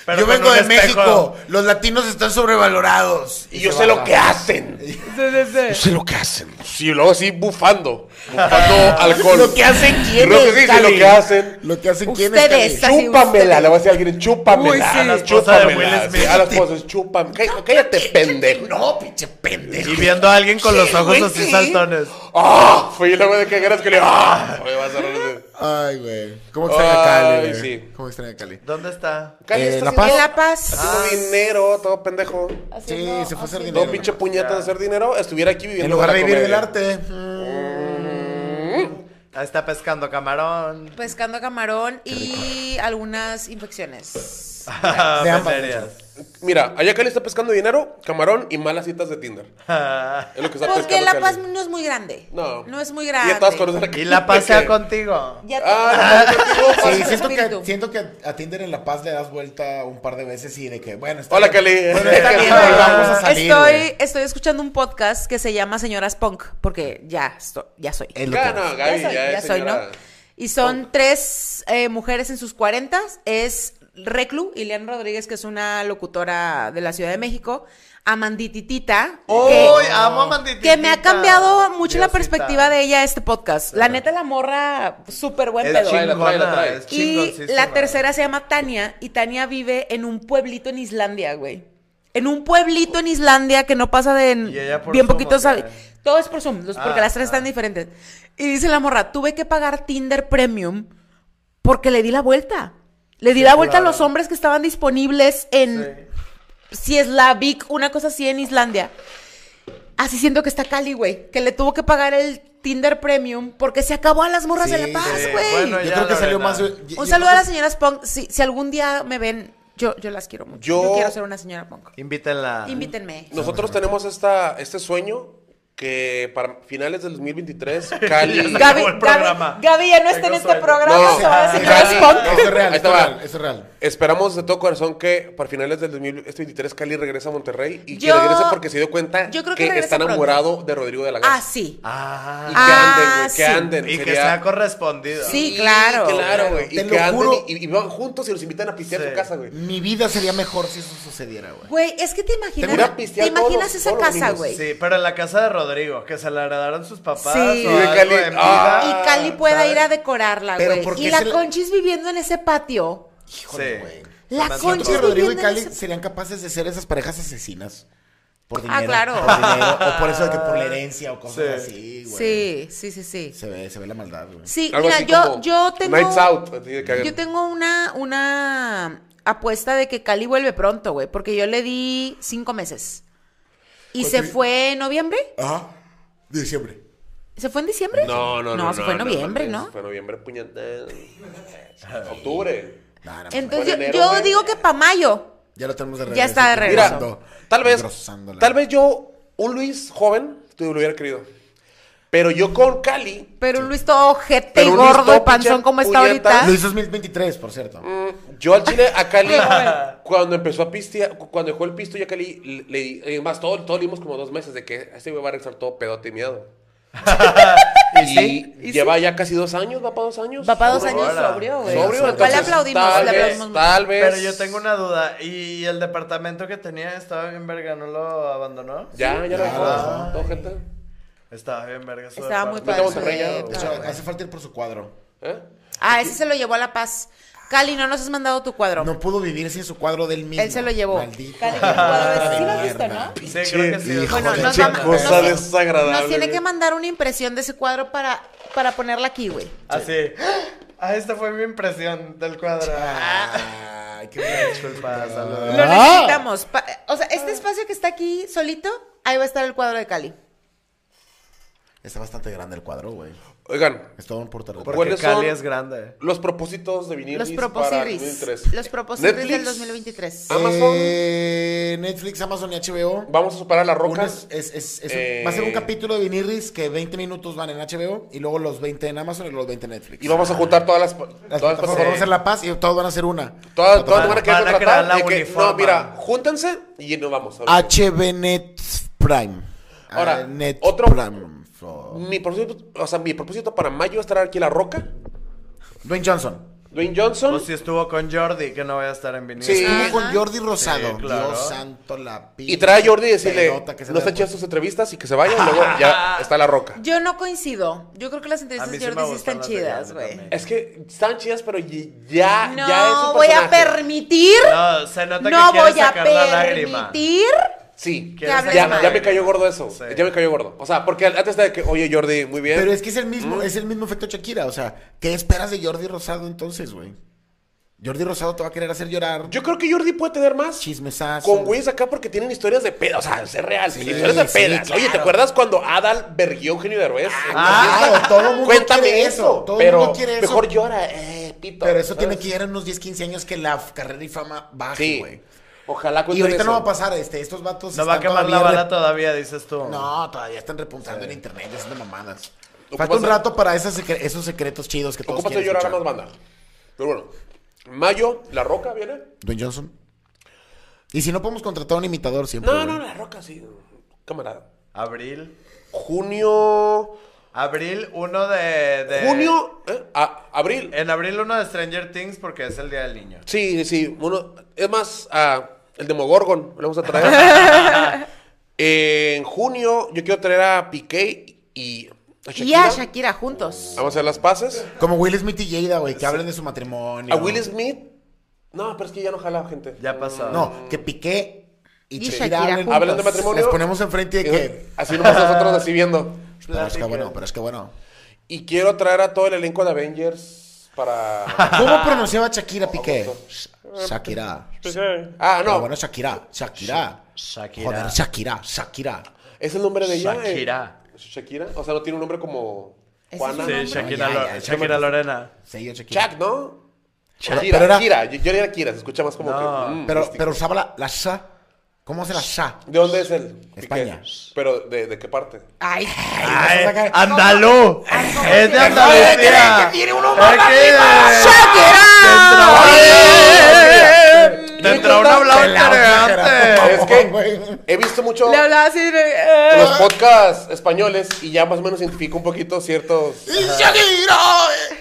S4: Pero
S2: Yo
S4: con
S2: vengo
S4: un
S2: de
S4: espejo.
S2: México. Los latinos están sobrevalorados.
S3: Y yo sé lo que hacen. Yo sé lo que hacen. Y luego así bufando. Bufando alcohol.
S2: Lo que hacen quién
S3: Lo que sí, sí, lo que hacen.
S2: Lo que hacen quién
S1: Ustedes. Así,
S3: Chúpamela,
S1: ustedes.
S3: le voy a decir a alguien, chúpamela.
S1: Uy, sí.
S3: A la
S4: esposa de Will
S3: chúpamela.
S4: Smith.
S3: sí, a las cosas, chúpame. Cá- Cállate, pendejo.
S2: No, pinche pendejo.
S4: Y viendo a alguien con los
S3: Sí,
S4: ojos
S3: güey,
S4: así
S3: sí.
S4: saltones.
S3: ¡Ah! Fui la güey de que eres que le. ¡Ah! Oye, vas a ver.
S2: Ay, güey. ¿Cómo extraña a Cali,
S3: Ay,
S2: güey?
S3: sí.
S2: ¿Cómo extraña a Cali?
S4: ¿Dónde está?
S3: Cali,
S2: Eh,
S3: estás
S2: La
S3: haciendo-
S2: Paz.
S1: En La Paz.
S3: haciendo dinero, todo pendejo.
S1: haciendo-
S2: se fue a hacer
S1: haciendo-
S2: dinero.
S3: Todo pinche puñetas de hacer dinero, estuviera aquí viviendo.
S2: En lugar
S3: la
S2: de vivir del
S3: comedia.
S2: arte.
S4: Ahí Ah, está pescando camarón.
S1: Pescando camarón y algunas infecciones.
S4: Ah,
S2: De ambas,
S4: miserias.
S3: Mira, allá Cali está pescando dinero, camarón y malas citas de Tinder.
S4: Ah.
S3: Es lo que está
S1: Porque
S3: pescando.
S1: Pues La Paz
S3: Cali.
S1: no es muy grande.
S3: No.
S1: No es muy
S3: Y
S1: grande.
S3: ya todas conocen a Cali
S4: Y la pasea
S3: que-
S4: contigo.
S1: Ya
S3: Ah, la Paz contigo.
S2: Sí,
S1: Su
S2: siento que,
S1: espíritu.
S2: siento que a Tinder en La Paz le das vuelta un par de veces y de que, bueno, está
S3: Hola,
S2: bien.
S3: Cali.
S2: Bueno, está bien, güey, vamos a salir,
S1: estoy,
S2: güey.
S1: estoy escuchando un podcast que se llama Señoras Punk, porque ya, esto- ya soy.
S2: Es lo que
S3: Ah,
S2: es.
S3: no,
S1: ya
S3: Gaby,
S1: soy,
S3: ya,
S1: ya
S3: es
S1: soy, ¿no?
S3: señora.
S1: Y son tres eh, mujeres en sus cuarentas. Es Reclu, Ileana Rodríguez, que es una locutora de la Ciudad de México. Amandititita.
S4: ¡Uy!
S1: que,
S4: Amo a Mandititita.
S1: que me ha cambiado mucho la
S4: Diosita.
S1: perspectiva de ella este podcast. La neta, la morra, súper buen
S4: Es
S1: pedo. ¿eh?
S3: trae, la trae, la
S4: chingona,
S3: trae.
S4: es
S1: Y
S4: chingoncísima.
S1: la tercera se llama Tania y Tania vive en un pueblito en Islandia, güey. En un pueblito en Islandia que no pasa de
S4: Y ella por
S1: bien
S4: Zoom,
S1: poquitos.
S4: ¿o qué?
S1: hab- Todo es por Zoom, los- porque
S4: Ah,
S1: las tres están diferentes. Y dice la morra, tuve que pagar Tinder Premium porque le di la vuelta. Le di la vuelta
S4: claro.
S1: a los hombres que estaban disponibles en
S4: Sí.
S1: si es la Vic, una cosa así en Islandia. Así siento que está Cali, güey, que le tuvo que pagar el Tinder Premium porque se acabó a las morras de
S2: Sí,
S1: La Paz,
S4: sí.
S1: güey.
S4: Bueno,
S2: Yo
S4: Ya,
S2: creo que salió
S4: Lorena.
S2: más.
S4: Un
S2: yo- yo
S1: Un saludo a
S2: creo
S1: las señoras punk. Si, si algún día me ven, yo, yo las quiero mucho. Yo...
S3: Yo-
S1: quiero ser una señora punk.
S4: Invítenla.
S1: Invítenme.
S3: Nosotros tenemos esta, este sueño que para finales del 2023, Cali.
S4: Ya se
S1: Gaby,
S4: acabó el programa.
S1: Gaby, Gaby ya no está
S4: Tengo
S1: en este
S4: sueño.
S1: programa,
S3: No.
S1: se va a
S2: que-
S1: decir
S3: Cali.
S1: señoras punk.
S2: Esto es real,
S3: Ahí
S2: esto
S3: está,
S2: es
S3: va.
S2: real, esto es real.
S3: Esperamos de todo corazón que para finales del 2023 Cali regrese a Monterrey y
S1: Yo-
S3: que regrese porque se dio cuenta
S1: yo creo que
S3: que,
S1: regresa
S3: está
S1: pronto.
S3: enamorado de Rodrigo de la Garza.
S1: Ah, sí.
S3: Y
S4: Ah.
S3: que anden, güey,
S1: Ah, sí.
S3: que anden.
S4: Y que
S3: sería-
S4: sea correspondido.
S1: Sí. claro.
S3: Claro, güey.
S2: Te
S3: Y
S2: lo
S3: que anden
S2: juro.
S3: y, y van juntos y los invitan a pistear a
S4: Sí.
S3: su casa, güey.
S2: Mi vida sería mejor si eso sucediera, güey.
S1: Güey, es que te imaginas,
S3: voy a
S1: te
S3: pistear
S1: imaginas
S3: todos los-
S1: esa
S3: todos los
S1: casa,
S3: domingos.
S1: güey.
S4: Sí, pero en la casa de Rodrigo, que se la heredaron sus papás.
S1: Sí.
S4: Sí.
S1: Y de
S3: Cali, ah.
S1: Y Cali pueda
S4: ¿sabes?
S1: ir a decorarla,
S2: Pero
S1: güey.
S2: porque
S1: Y la
S2: se la-
S1: Conchis viviendo en ese patio.
S4: Sí.
S2: güey.
S1: La
S2: Siento
S4: Siento
S2: que
S1: Conchis
S2: Rodrigo y
S1: viviendo en
S2: Cali
S1: ese
S2: serían capaces de ser esas parejas asesinas. Por
S1: Ah,
S2: dinero.
S1: claro.
S2: por dinero, o por eso de que por la herencia o cosas así, güey.
S1: Sí, sí, sí, sí.
S2: Se ve, se ve la maldad, güey.
S1: Sí,
S3: Algo
S1: mira,
S3: así
S1: yo,
S3: como
S1: yo tengo.
S3: Nights Out. así de que-
S1: Yo tengo una, una apuesta de que Cali vuelve pronto, güey, porque yo le di cinco meses. ¿Y
S3: Pues
S1: se fue en noviembre?
S2: Ajá. Diciembre.
S1: ¿Se fue en diciembre?
S3: No, no, no.
S1: se fue en noviembre,
S3: mames,
S1: ¿no?
S3: Fue en noviembre, puñetero. Octubre.
S2: Nah, nah,
S1: Entonces,
S3: Fue en
S1: yo, yo
S3: enero, güey.
S1: digo que para mayo.
S2: ya lo tenemos de regreso.
S1: Ya está de
S2: aquí,
S1: regreso.
S3: Mira,
S2: engrosando-
S3: tal vez,
S2: engrosándola.
S3: tal vez yo, un Luis joven, te lo hubiera querido. Pero yo con Cali,
S1: Pero un Luis todo ojete y
S3: Pero un Luis
S1: gordo
S3: todo
S1: y panzón
S3: pinche
S1: como está
S3: puñeta.
S1: ahorita.
S2: Lo hizo 2023, por cierto.
S3: mm, yo al Chile, a Cali, cuando empezó a pistear, cu- cuando dejó el pisto, yo a Cali, le- le di, eh, más, todo, todo le dimos como dos meses de que este güey va a regresar todo pedote y miado. y lleva ya casi dos años, va para dos años.
S1: Va para dos
S3: Ahora.
S1: años
S4: Ahora.
S1: sobrio, güey.
S3: Sobrio,
S1: Sobrio,
S3: entonces,
S1: le aplaudimos,
S3: tal
S1: le
S3: vez-
S1: aplaudimos mucho.
S3: Tal vez.
S4: Pero yo tengo una duda. ¿Y el departamento que tenía estaba bien verga? ¿No lo abandonó?
S3: Ya, ya lo dejó.
S2: Ah.
S3: Todo gente.
S4: Estaba bien verga. su
S1: Estaba muy
S3: Vete a
S1: padre.
S4: departamento.
S3: Monterrey ya,
S1: su
S2: De hecho,
S1: depa.
S2: hace falta ir por su cuadro.
S3: ¿Eh?
S1: Ah, ese se lo llevó a La Paz. Cali, no nos has mandado tu cuadro.
S2: No pudo vivir sin su cuadro del mismo.
S1: Él se lo llevó.
S2: Maldito.
S1: Cali, con el cuadro de- sí lo has
S2: de
S1: visto,
S2: mierda.
S1: ¿no?
S4: Sí, creo que sí.
S2: Hijo
S1: Bueno,
S2: Joder,
S1: nos,
S2: che,
S1: va-
S3: cosa
S1: nos-
S3: desagradable,
S1: nos tiene
S3: güey.
S1: que mandar una impresión de ese cuadro para, para ponerla aquí, güey.
S4: Así. Ah, esta fue mi impresión del cuadro.
S1: Ah.
S2: Ay, Ah, qué gacho el
S4: Disculpa,
S2: padre.
S4: saludos.
S1: Lo
S2: Ah.
S1: necesitamos. Pa- O sea, este espacio que está aquí solito, ahí va a estar el cuadro de Cali.
S2: Está bastante grande el cuadro, güey.
S3: Oigan,
S2: Es todo un portal.
S3: ¿Por
S4: Porque
S3: ¿Cuáles son?
S4: Cali es grande.
S3: los propósitos de vinil
S1: Los
S3: para
S1: proposirris.
S3: 2003.
S1: Los proposirris
S3: Netflix,
S1: del 2023.
S3: Amazon.
S2: Eh, Netflix, Amazon y HBO.
S3: Vamos a superar las
S2: Una
S3: rocas.
S2: es- es- es- es un-
S3: Eh.
S2: Va a ser un capítulo de Vinirris que 20 minutos van en HBO y luego los 20 en Amazon y luego los 20 en Netflix.
S3: Y vamos a juntar todas las,
S2: Las
S3: todas las
S2: plataformas van a
S3: plataformas.
S2: ser La Paz y todos van a ser una.
S3: Todas, todas van a
S4: Van-
S3: querer
S4: van a crear
S3: contratar.
S4: la
S3: de que, no,
S4: uniforma.
S3: mira, júntense y nos vamos.
S2: Ah,
S3: ahorita.
S2: HBNet Prime.
S3: Ahora,
S2: Ah, Net
S3: otro-
S2: Prime. for-
S3: Mi propósito, o sea, mi propósito para mayo es traer aquí La Roca,
S2: Dwayne Johnson.
S3: Dwayne Johnson.
S4: Pues si estuvo con Jordi, que no voy a estar en vinil.
S3: Sí.
S2: Estuvo
S1: Ajá.
S2: con Jordi Rosado.
S4: Sí, claro.
S2: Dios santo, la
S3: y traer a Jordi y decirle,
S2: pelota que se
S3: no
S2: le
S3: está
S2: da
S3: echando sus entrevistas y que se vaya. Y luego ya está La Roca.
S1: Yo no coincido. Yo creo que las
S4: A
S1: entrevistas
S4: mí
S1: de
S4: sí me
S1: Jordi sí
S4: gustan
S1: están
S4: las de
S1: chidas,
S4: Jordi
S1: güey.
S4: también. Ah,
S3: Es que están chidas, pero y- ya,
S1: No
S3: ya es un
S1: voy a
S3: personaje.
S1: permitir.
S4: No, se nota
S1: No,
S4: que quiere
S1: voy a
S4: sacar la lágrima.
S1: permitir.
S3: Sí,
S1: Que
S3: ya,
S1: hables
S3: ya,
S1: mal.
S3: me cayó gordo eso.
S4: Sí.
S3: Ya me cayó gordo. O sea, porque antes de que, oye, Jordi, muy bien.
S2: Pero es que es el mismo,
S3: Mm.
S2: es el mismo efecto Shakira. O sea, ¿qué esperas de Jordi Rosado entonces, güey? Jordi Rosado te va a querer hacer llorar.
S3: Yo creo que Jordi puede tener más
S2: Chismesazo.
S3: con güeyes acá porque tienen historias de pedas. O sea, es real,
S2: Sí,
S3: historias de
S2: sí,
S3: pedas.
S2: claro.
S3: Oye, ¿te acuerdas cuando Adal verguió a Eugenio Derbez?
S2: Ah, claro, todo mundo
S3: Cuéntame
S2: quiere
S3: eso.
S2: eso, todo
S3: pero
S2: mundo quiere eso.
S3: Mejor llora, eh, pito.
S2: Pero eso
S3: ¿sabes?
S2: tiene que ir en unos 10, 15 años que la f- carrera y fama baje,
S3: Sí,
S2: güey.
S3: Ojalá
S2: y
S3: cuenten
S2: ahorita
S3: eso.
S2: no va a pasar, este, estos vatos.
S4: No va a
S2: están
S4: quemar la
S2: todavía
S4: bala
S2: re-
S4: todavía, dices tú.
S2: No, todavía están repuntando en internet, haciendo mamadas.
S3: Lo que
S2: Falta un
S3: pasa-
S2: rato para esas secre- esos secretos chidos que todos
S3: Ocúpate
S2: quieren
S3: de llorar a más
S2: escuchar.
S3: banda. Pero bueno, mayo, La Roca viene.
S2: Dwayne Johnson. Y si no podemos contratar a un imitador siempre.
S3: No,
S2: güey.
S3: no, La Roca sí. Camarada.
S4: Abril.
S3: Junio.
S4: Abril, uno de. de-
S3: Junio. ¿eh? A- abril.
S4: En abril, uno de Stranger Things porque es el día del niño.
S3: Sí, sí. Uno, es más, ah, el Demogorgon lo vamos a traer. en junio yo quiero traer a Piqué y a Shakira.
S1: Y a Shakira juntos.
S3: Vamos a hacer las pases.
S2: Como Will Smith y Jada, güey, que hablen de su matrimonio.
S3: A Will Smith. No, pero es que ya no jala gente.
S4: Ya pasó.
S2: No, que Piqué y,
S1: Y
S2: Shakira,
S1: Shakira
S2: hablen-
S1: juntos.
S3: Hablan de matrimonio.
S2: Las ponemos enfrente de
S3: Y-
S2: que.
S3: Así nomás nosotros así viendo.
S2: Pero es que bueno, pero es que bueno.
S3: Y quiero traer a todo el elenco de Avengers para...
S2: ¿Cómo pronunciaba Shakira Piqué? Sh- Shakira.
S3: Ah,
S2: Pero
S3: no.
S2: bueno, Shakira. Shakira.
S4: Shakira.
S2: Joder, Shakira. Shakira.
S3: Es el nombre de ella. eh?
S4: Shakira.
S3: Shakira. O sea, no tiene un nombre como...
S1: Ese es
S3: Juana.
S1: su nombre.
S4: Sí, Shakira,
S2: No, ya,
S4: Lo-
S2: ya, ya,
S4: Shakira
S2: ya.
S4: Lorena.
S2: Sí, yo Shakira.
S3: Shaq, ¿no?
S2: Shak-
S3: Kira,
S2: pero era-
S3: Kira. Yo, yo le diría Kira, se escucha más como
S4: No,
S3: que... mm,
S2: Pero,
S3: místico.
S2: pero usaba la, la Sha. ¿Cómo hace la Sha?
S3: ¿De dónde es él? Piqué?
S2: España.
S3: ¿Pero de, de qué parte?
S1: Ay,
S4: Ay,
S2: vas a sacar-
S4: andalú. Es de
S2: ¡Ay, que tiene-
S4: Andalucía.
S2: que tiene uno
S4: Es
S2: más
S4: que-
S1: ¡Shakira!
S4: Dentro- Dentro una hablaba
S2: Pelado,
S4: interesante.
S3: Es que
S2: güey.
S3: he visto mucho
S1: Le hablaba así de-
S3: los podcasts españoles y ya más o menos identifico un poquito ciertos...
S2: ¡Shakira!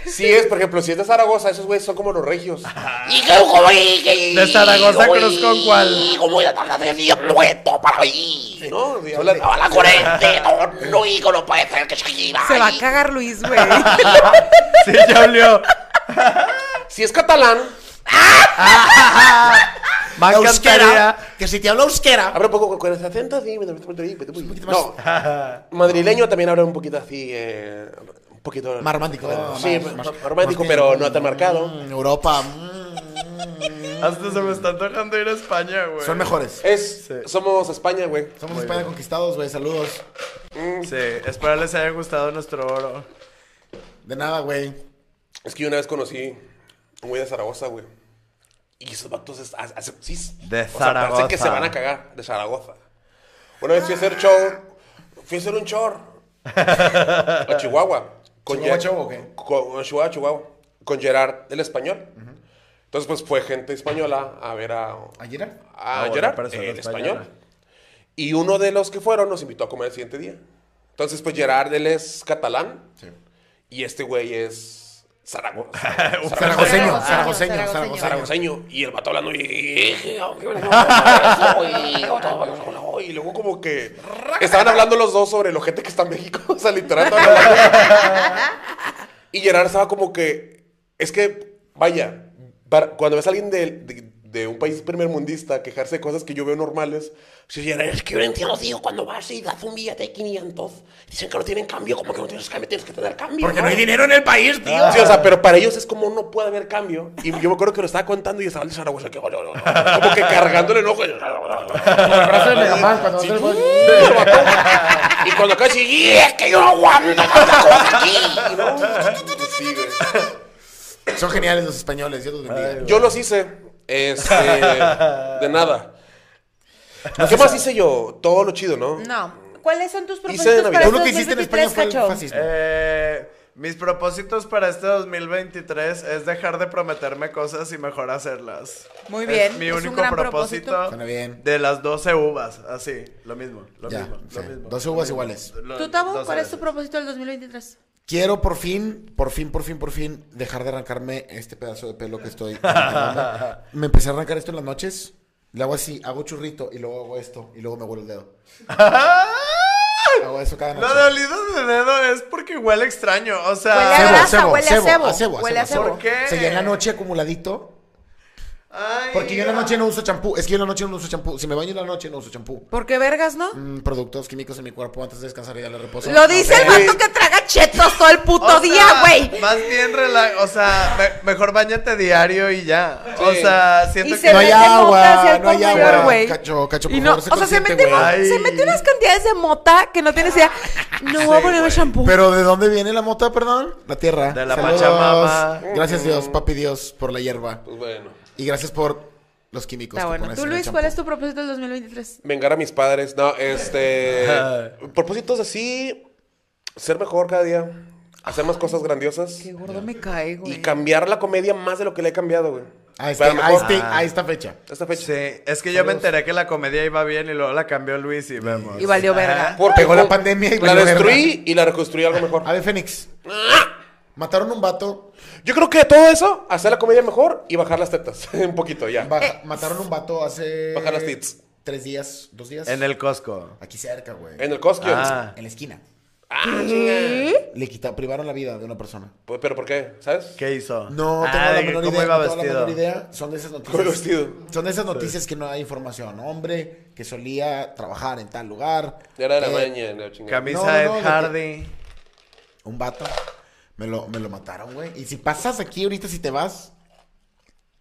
S3: Sí es, por ejemplo, si es de Zaragoza, esos güeyes son como los regios.
S5: Y que un joven que-
S4: De Zaragoza Cruz con cuál.
S5: Y como la tarde de Dios muerto para mí.
S3: ¿No? Y hablan-
S5: A la corriente, no, no, y que no puede ser que Shakira.
S1: Se va a cagar Luis, güey.
S4: Sí, ya olió.
S3: Si es catalán,
S4: Me encantaría.
S2: euskera, que si te hablo euskera,
S3: Habla un poco con ese acento así. Un poquito más. No, madrileño también habla un poquito así. eh, un poquito.
S2: más romántico.
S3: Ah, Sí,
S2: más-
S3: más,
S2: más-
S3: romántico,
S2: más-
S3: pero no tan marcado.
S2: Mm, Europa. mm,
S4: Hasta se me está antojando ir a España, güey.
S2: son mejores.
S3: Es,
S4: Sí.
S3: Somos España, güey.
S2: Somos España conquistados, güey. Saludos.
S4: Sí, espero les haya gustado nuestro oro.
S2: De nada, güey.
S3: Es que yo una vez conocí un güey de Zaragoza, güey. Y esos vatos es- hace- hace- sí,
S4: De
S3: o sea, parece
S4: Zaragoza.
S3: que se van a cagar de Zaragoza. Una vez fui a hacer show, fui a hacer un chor a Chihuahua. Con
S2: ¿Chihuahua,
S3: Ger-
S2: Chihuahua o qué?
S3: Con, a Chihuahua, Chihuahua. Con Gerard, el español. Entonces, pues fue gente española a ver a,
S2: ¿Ayer?
S3: a
S4: Ah, bueno,
S3: Gerard,
S4: persona
S3: el
S4: española.
S3: español. Y uno de los que fueron nos invitó a comer el siguiente día. Entonces, pues Gerard, él es catalán.
S2: Sí.
S3: Y este güey es Zaragoza. Ah,
S1: Zaragoceño,
S2: Zaragoceño, zaragoceño,
S1: zaragoceño.
S2: zaragoceño.
S3: Zaragoceño. Y el vato hablando. Y, y luego, como que estaban hablando los dos sobre lo gente que está en México. O sea, literal. estaban hablando. y Gerard estaba como que. Es que, vaya, para- cuando ves a alguien de, de- de un país primermundista quejarse de cosas que yo veo normales, si Gerard
S5: Es que yo no entiendo, tío, cuando vas y das un billete de 500, dicen que no tienen cambio, como que no tienes cambio, tienes que tener cambio.
S2: Porque no hay dinero en el país, tío.
S3: Sí, o sea, pero para ellos es como no puede haber cambio. Y yo me acuerdo que lo estaba contando y estaba el Zaragoza que como que cargando el enojo.
S2: Abrazo de Megaman cuando va a
S3: Sí,
S2: ser el
S3: sí,
S2: juego.
S3: lo mató. y cuando acá sí,
S5: Y es que yo no aguanto tanta cosa aquí.
S3: sí, güey.
S2: Son geniales los españoles, Dios los bendiga.
S3: Yo los hice. Este, de nada. ¿Qué más hice yo? Todo lo chido, ¿no?
S1: No. ¿Cuáles son tus
S3: Hice
S1: propósitos
S3: Navidad.
S1: para
S2: Tú
S1: este
S2: lo que hiciste en España
S1: 2023,
S2: fue el
S1: Cacho?
S2: fascismo.
S4: Eh, mis propósitos para este 2023 es dejar de prometerme cosas y mejor hacerlas.
S1: Muy bien,
S4: Es mi
S1: es un
S4: único
S1: gran
S4: propósito.
S1: propósito.
S2: Suena bien.
S4: De las 12 uvas, así, lo mismo, lo
S2: Ya,
S4: mismo,
S2: sí.
S4: lo mismo.
S2: 12 uvas iguales.
S4: Lo-
S1: ¿Tú, Tavo,
S4: 12
S1: cuál es tu
S4: veces.
S1: propósito del 2023?
S2: Quiero por fin, por fin, por fin, por fin, dejar de arrancarme este pedazo de pelo que estoy. arrancando. me empecé a arrancar esto en las noches. Le hago así, hago churrito y luego hago esto y luego me vuelvo el dedo. Hago eso cada noche.
S4: Lo de olidos de dedo es porque huele extraño, o
S1: Huele a
S4: sea...
S1: grasa, huele a cebo, huele a cebo.
S4: ¿Por qué?
S2: Se llena en la noche acumuladito.
S4: Ay,
S2: Porque yo en la noche no uso champú. Es que yo en la noche no uso champú. Si me baño en la noche no uso champú.
S1: ¿Por qué vergas, no?
S2: Mm, productos químicos en mi cuerpo antes de descansar y darle reposo.
S1: Lo dice el
S3: güey.
S1: vato que traga chetos todo el puto
S4: O sea,
S1: día, güey.
S4: Más bien, rela- o sea, me- mejor bañate diario y ya. O
S3: Sí.
S4: sea, siento
S1: Y
S4: que...
S1: se
S2: No hay
S1: mete
S2: agua,
S1: motas y alcohol
S2: no hay
S1: mayor,
S2: agua.
S1: güey.
S2: Cacho, cacho, por
S1: Y no,
S2: favor, sé
S1: o sea, se
S2: consciente,
S1: mete, mo-
S4: güey.
S1: se
S4: Ay.
S1: mete unas cantidades de mota que no tienes idea. No voy a ponerme shampoo.
S2: Pero ¿de dónde viene la mota, perdón? La tierra.
S4: De la Pachamama.
S2: Gracias
S1: Mm.
S2: Dios, papi Dios, por la hierba.
S3: Pues bueno.
S2: Y gracias por los químicos.
S1: Está
S2: que
S1: bueno.
S2: pones
S1: Tú,
S2: en el
S1: Luis, ¿cuál
S2: champú.
S1: es tu propósito del 2023?
S3: Vengar a mis padres. No, este. propósitos así. Ser mejor cada día. Hacer más cosas grandiosas.
S1: Qué gordo me cae, güey.
S3: Y cambiar la comedia más de lo que le he cambiado, güey.
S2: A, este-
S3: Para
S2: a,
S3: mejor.
S2: este- a esta fecha.
S3: Esta fecha.
S4: Sí, es que yo me enteré que la comedia iba bien y luego la cambió Luis y vemos.
S1: Y valió verga.
S3: Porque
S2: Pegó la
S3: con-
S2: pandemia y
S3: la
S2: valió Ah.
S3: destruí y la reconstruí algo mejor.
S2: A ver, Fénix. Mataron un vato.
S3: Yo creo que todo eso, hacer la comedia mejor y bajar las tetas. un poquito, ya.
S2: baja-
S1: Eh.
S2: mataron un vato hace.
S3: Bajar las tits.
S2: Tres días, dos días.
S4: En el Costco.
S2: Aquí cerca, güey.
S3: En el Costco.
S4: Ah.
S2: En la esquina.
S3: Ah, chinga.
S2: Le quitaron, privaron la vida de una persona.
S3: Pues, ¿Pero por qué? ¿Sabes?
S4: ¿Qué hizo?
S2: No tengo
S4: Ah,
S2: la
S4: de
S2: menor
S4: ¿Cómo
S2: idea.
S4: iba
S2: no tengo la
S4: vestido?
S2: menor idea. Son de esas noticias.
S3: Con el vestido.
S2: Son de esas noticias que no hay información. Hombre que solía trabajar en tal lugar.
S3: Era de la
S2: Eh,
S3: mañana, chingada.
S4: Camisa
S2: No, no,
S4: Ed
S2: no, de que-
S4: Hardy.
S2: Un vato. Me lo, me lo mataron, güey. Y si pasas aquí ahorita, si te vas.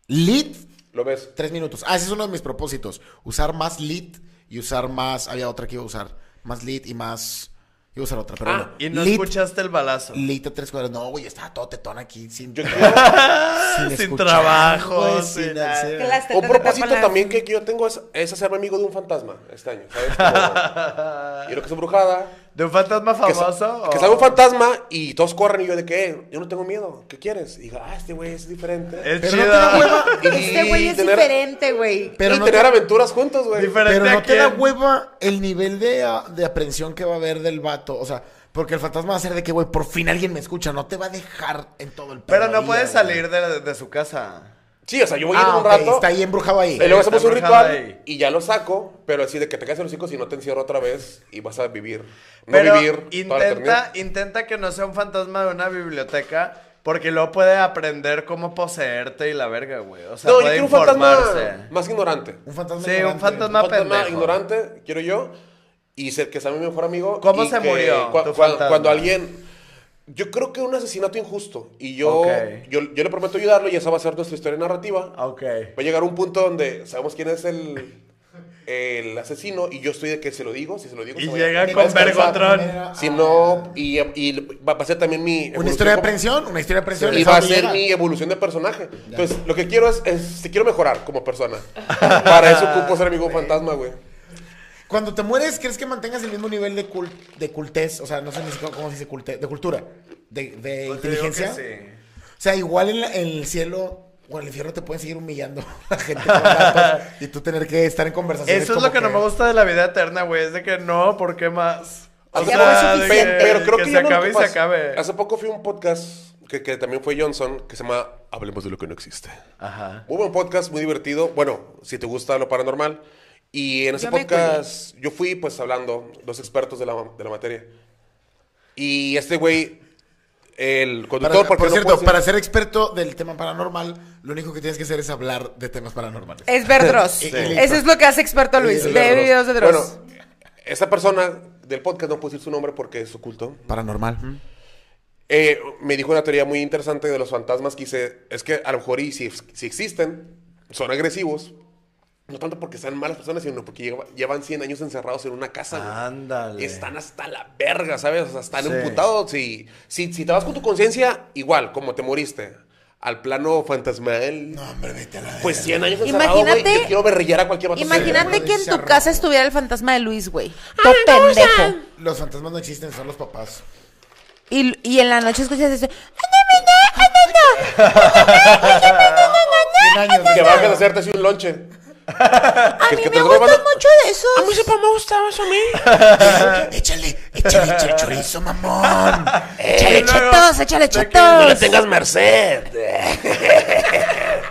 S2: Lit,
S3: Lo ves.
S2: tres minutos. Ah, ese es uno de mis propósitos. Usar más lit y usar más. Había otra que iba a usar. Más lit y más. Iba a usar otra, pero
S3: Ah,
S4: Y no
S2: lit,
S4: escuchaste el balazo.
S2: Lit a tres cuadras. No, güey, estaba todo tetón aquí. Sin,
S3: Yo quiero-
S2: sin,
S4: Sin
S2: escuchar,
S4: trabajo,
S2: güey,
S4: sin
S2: sin
S4: nada.
S2: hacer-
S3: Un propósito también que que yo tengo es, es hacerme amigo de un fantasma este año, ¿sabes? Como- yo lo que es embrujada.
S4: ¿De un fantasma
S3: Que, sa-
S4: famoso?
S3: que
S4: o-
S3: salga un fantasma y todos corren y yo de que "Eh, yo no tengo miedo, ¿qué quieres? Y diga, ah, este güey es diferente.
S4: Es
S2: Pero no
S4: chida.
S2: te da hueva.
S3: Y
S1: Este güey es
S3: tener-
S1: diferente, güey.
S2: Pero
S3: y
S2: no
S3: tener
S2: te-
S3: aventuras juntos, güey.
S4: Diferente.
S2: Pero
S4: ¿a
S2: no te da
S4: quién?
S2: hueva el nivel de, ah, de aprehensión que va a haber del vato. O sea, porque el fantasma va a ser de que, güey, por fin alguien me escucha. No te va a dejar en todo el
S4: Pero
S2: perro
S4: no
S2: día,
S4: puedes
S2: güey.
S4: salir de, de su casa.
S3: Sí, o sea, yo voy a ir
S2: Ah, ok,
S3: un rato.
S2: está ahí embrujado ahí.
S3: Y luego
S4: Está
S3: hacemos un
S4: embrujado
S3: ritual
S4: ahí.
S3: y ya lo saco, pero así de que te caes en los hijos y no te encierro otra vez y vas a vivir. No
S4: Pero
S3: vivir toda la
S4: intenta,
S3: eternidad.
S4: intenta que no sea un fantasma de una biblioteca, Porque luego puede aprender cómo poseerte y la verga, güey. O sea,
S3: No, yo
S4: puede
S3: quiero un fantasma
S4: informarse.
S3: más ignorante.
S2: Un fantasma
S4: Sí,
S2: ignorante.
S4: un fantasma
S3: Un fantasma
S4: pendejo.
S3: ignorante, quiero yo, y ser que sea mi mejor amigo.
S4: ¿Cómo
S3: y
S4: se
S3: que
S4: murió
S3: cua-
S4: tu
S3: cua-
S4: fantasma?
S3: Cuando alguien... Yo creo que un asesinato injusto. Y yo,
S4: Ok.
S3: yo, yo le prometo ayudarlo y esa va a ser nuestra historia narrativa.
S4: Ok.
S3: Va a llegar un punto donde sabemos quién es el, el asesino y yo estoy de que se lo digo, si se lo digo.
S4: Y
S3: se vaya-
S4: llegan
S3: va a
S4: con
S3: descansar.
S4: Vergotron.
S3: Si no, y, y va a ser también mi...
S2: Ah, Una historia de
S3: evolución como-
S2: aprensión, una historia de aprensión.
S3: y
S2: esa
S3: va a
S2: me
S3: ser
S2: llega.
S3: mi evolución de personaje. Entonces, lo que quiero es, es- si quiero mejorar como persona. Para eso ocupo ser amigo fantasma, güey.
S2: Cuando te mueres, ¿crees que mantengas el mismo nivel de, cul- de cultez? O sea, no sé ni siquiera cómo se dice cultez, de cultura, de, de
S4: Pues te digo que
S2: inteligencia.
S4: sí.
S2: O sea, igual en, la- en el cielo o en el infierno te pueden seguir humillando la gente con datos y tú tener que estar en conversaciones.
S4: Eso es lo
S2: como
S4: que, no me gusta de la vida eterna, güey. Es de que no, ¿por qué más?
S3: O
S1: sea, no es
S4: de
S1: suficiente.
S3: Pe- pero creo que,
S4: que se
S3: yo no lo
S4: acabe y se
S3: ocupas.
S4: acabe.
S3: Hace poco fui a un podcast que, que también fue Johnson, que se llama Hablemos de lo que no existe.
S4: Ajá.
S3: Muy buen podcast, muy divertido. Bueno, si te gusta lo paranormal. Y en ese
S1: Yo me
S3: podcast yo fui pues hablando, los expertos de la, de la materia. Y este güey, el
S2: Para-
S3: conductor, porque
S2: por
S3: no
S2: cierto,
S3: puedo decir-
S2: para ser experto del tema paranormal, lo único que tienes que hacer es hablar de temas paranormales.
S1: Es ver Dross.
S2: Sí.
S1: Eso es lo que hace experto Luis.
S2: Sí,
S1: Ve videos de Dross.
S3: Bueno, esa persona del podcast, no puedo decir su nombre porque es oculto,
S2: Paranormal. ¿Mm?
S3: eh, me dijo una teoría muy interesante de los fantasmas que dice, es que a lo mejor y si, si existen, son agresivos, no tanto porque sean malas personas, sino porque lleva- llevan 100 años encerrados en una casa. güey.
S4: Ándale.
S3: Están hasta la verga, ¿sabes? O sea, están
S4: Sí.
S3: emputados. Si, si, si te vas con tu conciencia, igual, como te moriste, al plano fantasmal,
S2: No, hombre, vete a la
S3: pues 100 años encerrado, güey,
S1: Imagínate-
S3: yo quiero berrillar a cualquier vato.
S1: Imagínate
S2: güey,
S1: que en tu
S2: charro.
S1: casa estuviera el fantasma de Luis, güey. Todo pendejo.
S2: Los fantasmas no existen, son los papás.
S1: Y, y en la noche escuchas eso.
S2: Cien años,
S3: Que
S2: ¿no?
S3: bajes a hacerte así un lonche.
S1: A
S3: Que-
S1: mí
S3: que
S1: me
S3: te-
S1: gustan mucho de esos.
S5: A mí siempre me gusta más a mí.
S2: Échale, échale, échale chorizo, mamón.
S1: Échale
S4: luego,
S1: chetos, échale
S5: No le
S1: chetos.
S5: tengas merced.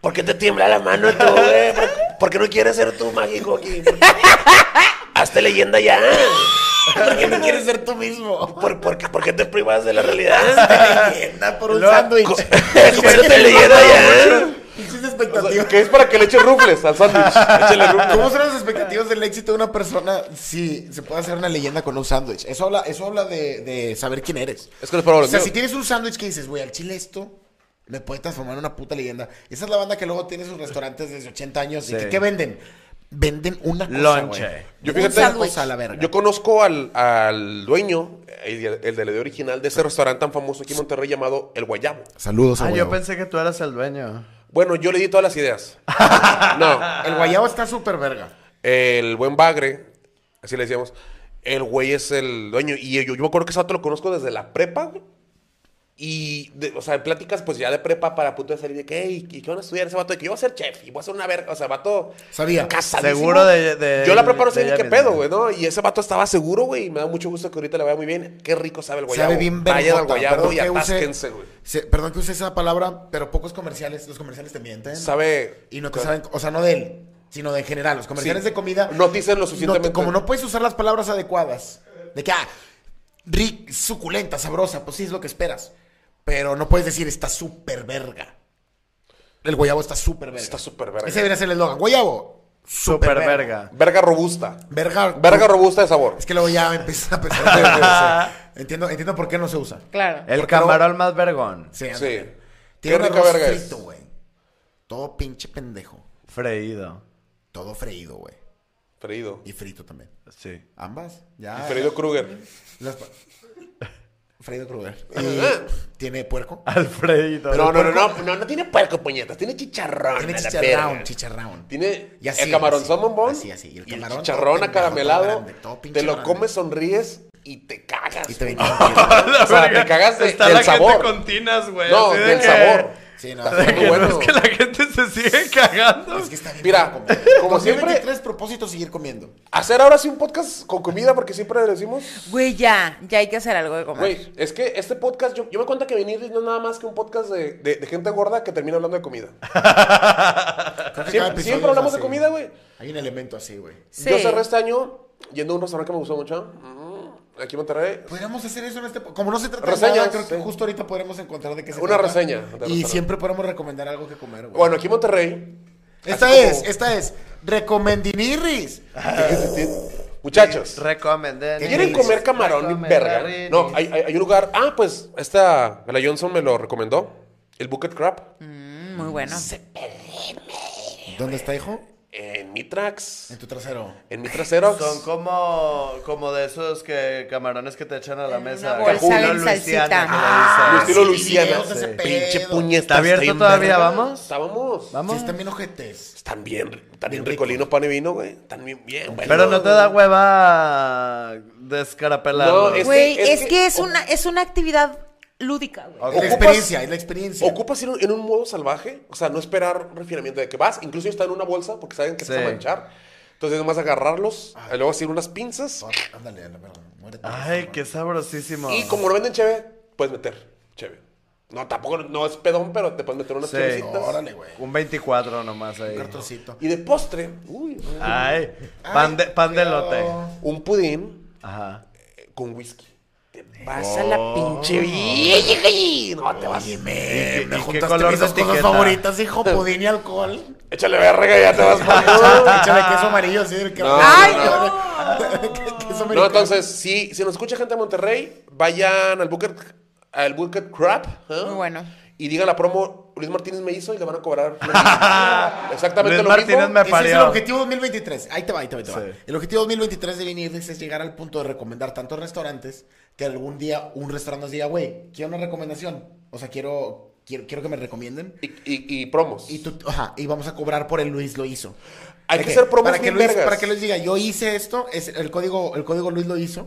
S5: ¿Por qué te tiembla la mano tú, güey? ¿Por- ¿Por qué no quieres ser tú mágico aquí? ¿Por qué? Hazte leyenda ya. ¿Por qué no quieres ser tú mismo? ¿Por, por, qué- por qué te privas de la realidad?
S2: Anda por un
S4: Lo-
S2: sándwich.
S5: Hazte leyenda ya.
S2: Pinches
S3: O sea,
S2: expectativas.
S3: que es para que le eche rufles al sándwich. Échale rufles.
S2: ¿Cómo son las expectativas del éxito de una persona si se puede hacer una leyenda con un sándwich? Eso habla, eso habla de, de saber quién eres.
S3: Es que no es para
S2: O sea,
S3: los
S2: si
S3: míos.
S2: tienes un sándwich que dices, güey, al chile esto me puede transformar en una puta leyenda. Esa es la banda que luego tiene sus restaurantes desde 80 años.
S4: Sí.
S2: ¿Y que, qué venden? Venden una cosa,
S4: Lonche.
S2: güey.
S3: Yo
S2: Un
S3: fíjate-
S2: sándwich a la verga.
S3: Yo conozco al, al dueño, el, el de la idea original de ese restaurante tan famoso aquí en Monterrey llamado El Guayabo.
S2: Saludos
S4: Ah,
S2: a
S4: yo pensé que tú eras el dueño.
S3: Bueno, yo le di todas las ideas. No,
S2: El guayabo está súper verga.
S3: el buen bagre, así le decíamos, el güey es el dueño. Y yo, yo me acuerdo que ese vato lo conozco desde la prepa, güey. Y, de- o sea, en pláticas, pues ya de prepa para punto de salir, de que, hey, ¿y qué van a estudiar ese vato? De que yo voy a ser chef y voy a ser una verga. O sea, vato.
S2: Sabía.
S3: Casadísimo.
S4: Seguro de- de-
S3: Yo la preparo, sé
S4: de
S3: ni
S4: ella
S3: qué
S4: misma.
S3: pedo, güey, ¿no? Y ese vato estaba seguro, güey. Y me da mucho gusto que ahorita le vaya muy bien. Qué rico sabe el guayabo.
S2: Sabe bien
S3: Vayan al
S2: vergota.
S3: guayabo
S2: Perdón
S3: y
S2: que use-
S3: atásquense, güey.
S2: se- Perdón que use esa palabra, pero pocos comerciales, los comerciales te mienten.
S3: Sabe.
S2: Y no te saben, o sea, no de él, sino de en general. Los comerciales
S3: Sí.
S2: de comida.
S3: No te dicen lo
S2: no te-
S3: suficientemente.
S2: como no puedes usar las palabras adecuadas, de que, ah, ric- suculenta, sabrosa, pues sí es lo que esperas. Pero no puedes decir, está súper verga. El guayabo está súper verga.
S3: Está súper verga.
S2: Ese debería ser el eslogan. Guayabo, súper
S4: Super
S2: verga.
S4: verga.
S3: Verga robusta.
S2: Verga.
S3: Verga robusta de sabor.
S2: Es que luego ya empiezas a pensar. que debe de ser. entiendo, entiendo por qué no se usa.
S1: Claro.
S4: El
S2: Porque luego-
S4: camarón más vergón.
S2: Sí.
S3: Sí.
S2: ándale.
S3: Qué
S2: Tiene un
S3: rica
S2: arroz
S3: verga es.
S2: frito, güey. Todo pinche pendejo.
S4: Freído.
S2: Todo freído, güey.
S3: Freído.
S2: Y frito también.
S4: Sí.
S2: Ambas. Ya.
S3: Freído Kruger.
S2: Las pa- Freído Kruger.
S3: Ah.
S2: Y tiene puerco.
S4: Alfredito.
S3: No, no, no, no.
S5: No, no tiene puerco, puñetas. Tiene chicharrón.
S2: Tiene
S5: a la
S2: chicharrón,
S5: verga.
S2: chicharrón.
S3: Tiene
S2: Y así,
S3: el camarón
S2: así,
S3: salmon bond
S2: así, así. Y
S3: y
S2: el
S3: el,
S2: camarón todo
S3: chicharrón
S2: pendejo, todo
S3: acaramelado.
S2: grande, todo pinche
S3: te lo
S2: grande.
S3: comes, sonríes y te cagas.
S2: Y te
S3: güey.
S2: venden.
S3: O sea, te cagas de,
S4: Está
S3: del
S4: la
S3: sabor.
S4: gente con tinas, güey.
S3: no,
S4: así de
S3: del
S4: que-
S3: sabor.
S2: Sí, no.
S3: Está
S4: de
S3: muy
S4: que
S3: bueno.
S4: no, es que la gente se sigue cagando.
S2: Es que está bien.
S3: Mira,
S2: rico, güey.
S3: como siempre-
S2: 2023 propósito seguir comiendo.
S3: Hacer ahora sí un podcast con comida porque siempre le decimos.
S1: Güey, ya. Ya hay que hacer algo de comer.
S3: Güey, es que este podcast, yo, yo me cuenta que venir no es nada más que un podcast de, de- de gente gorda que termina hablando de comida.
S2: Creo que cada
S3: Siempre,
S2: episodio
S3: siempre
S2: es
S3: hablamos de
S2: así.
S3: comida, güey.
S2: Hay un elemento así, güey.
S1: Sí.
S3: Yo cerré este año yendo a un restaurante que me gustó mucho. aquí en Monterrey.
S2: Podríamos hacer eso en este... po- Como no se trata de nada,
S3: Reseñas,
S2: creo que
S3: sí.
S2: justo ahorita podremos encontrar de qué se
S3: Una
S2: trata.
S3: reseña de
S2: Y
S3: restaurante.
S2: siempre podemos recomendar algo que comer, güey.
S3: Bueno, aquí en Monterrey.
S2: esta
S3: así
S2: es,
S3: como-
S2: esta es. Recomendinirris.
S3: Muchachos.
S4: Recomendé.
S3: ¿Quieren comer camarón y verga? No, hay, hay- hay un lugar. Ah, pues esta, la Johnson me lo recomendó. El Bucket Crab.
S1: Mm, Muy bueno.
S2: ¿Dónde está, hijo?
S3: En Mitrax.
S2: En tu trasero.
S3: En mi trasero.
S4: Son como, como de esos que camarones que te echan a la mesa.
S1: una bolsa
S4: Cajuno,
S1: en
S4: Luisiana,
S1: salsita.
S4: que le
S1: Ah,
S3: Yo
S4: dicen.
S3: estilo
S2: sí,
S3: Luisiana.
S2: videos de ese
S3: Pinche
S2: pedo.
S3: puñeta.
S4: ¿Está abierto todavía? ¿Vamos?
S3: Estábamos.
S4: Vamos.
S2: Sí, están bien ojetes.
S3: Están bien, están bien ricolino, pan y vino, güey. Están bien, bien, güey.
S4: Pero no te da hueva descarapelarlo.
S3: No, es-
S1: Güey,
S3: es
S1: es,
S3: que-
S1: que, es una, es una actividad lúdica, güey.
S4: Ok.
S2: Es la experiencia, es la experiencia.
S3: Ocupas ir en un modo salvaje, o sea, no esperar refinamiento de que vas, incluso está en una bolsa porque saben que se
S4: Sí.
S3: va a manchar. Entonces, nomás agarrarlos, y luego hacer unas pinzas.
S2: Ándale, a la verga. Muérete.
S4: Ay, qué sabrosísimo.
S3: Y como no venden cheve, puedes meter cheve. No, tampoco, no es pedón, pero te puedes meter unas
S4: Sí.
S3: chevecitas.
S2: Órale, güey.
S4: Un 24 nomás ahí.
S2: Un cartoncito.
S3: Y de postre, uy,
S4: Ay, pan de, pan de elote.
S3: un pudín
S4: Ajá.
S3: eh, con whisky. Te vas a la pinche vieja y no te vas. Eh,
S4: ¿Y, qué- y qué
S2: Juntaste
S4: color
S2: mis
S4: de
S2: dos cosas
S4: etiqueta?
S2: favoritas, hijo, pudín y alcohol.
S3: Échale verga y ya te vas poniendo.
S4: Ah.
S2: Échale queso amarillo, sí. el que-
S3: No,
S1: ¡Ay,
S3: no,
S2: Que- queso
S3: No,
S2: americano.
S3: entonces, si, si nos escucha gente de Monterrey, vayan al Bucket, al Bucket Crab. ¿eh?
S1: Muy bueno.
S3: Y digan la promo, Luis Martínez me hizo y le van a cobrar. lo mismo. Exactamente
S4: Luis
S3: lo
S4: Martínez
S3: mismo.
S4: me
S2: Ese es el
S4: parió.
S2: objetivo 2023. Ahí te va, ahí te va, ahí te va.
S4: Sí.
S2: El objetivo 2023 de Vinirris es llegar al punto de recomendar tantos restaurantes que algún día un restaurante nos diga, güey, quiero una recomendación. O sea, quiero, quiero, quiero que me recomienden.
S3: Y, y- y promos.
S2: Y tú, ajá, y vamos a cobrar por el Luis lo hizo.
S3: Hay
S2: ¿De
S3: que
S2: qué?
S3: hacer promos
S2: para que
S3: bien
S2: Luis,
S3: vergas.
S2: Para que Luis diga, yo hice esto, es el código, el código Luis lo hizo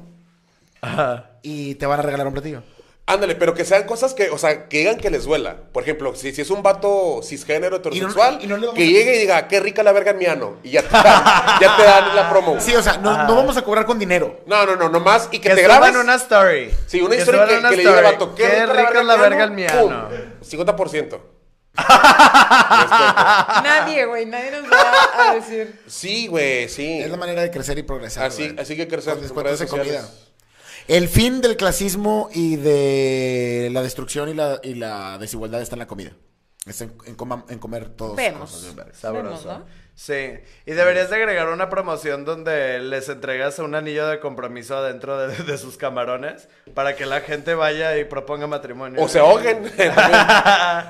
S4: Ajá.
S2: y te van a regalar un platillo.
S3: Ándale, pero que sean cosas que, o sea, que digan que les duela. Por ejemplo, si, si es un vato cisgénero, heterosexual,
S2: y no le vamos
S3: que
S2: a-
S3: llegue y diga, qué rica la verga en mi ano. Y ya te dan, ya te dan la promo.
S2: Sí, o sea, no, no vamos a cobrar con dinero.
S3: No, no, no, nomás. Y que,
S4: Que
S3: te
S4: suban
S3: grabes.
S4: una story.
S3: Sí, una
S4: Que
S3: historia
S4: suban
S3: que,
S4: una
S3: que le diga al
S4: story.
S3: vato,
S4: Qué, rica es la verga el miano.
S3: pum, 50%.
S1: Nadie, güey, nadie nos va a decir.
S3: sí, güey, sí.
S2: Es la manera de crecer y progresar.
S3: Así,
S2: güey.
S3: así que crecer
S2: Con
S3: tus
S2: descuentos de
S3: redes sociales.
S2: comida. El fin del clasismo y de la destrucción y la, y la desigualdad está en la comida. Está en, en coma- en comer todos.
S1: Vemos.
S2: cosas bien vergas.
S4: Sabroso.
S1: Vemos, ¿no?
S4: Sí. Y deberías de agregar una promoción donde les entregas un anillo de compromiso adentro de, de sus camarones para que la gente vaya y proponga matrimonio.
S3: O se ahoguen.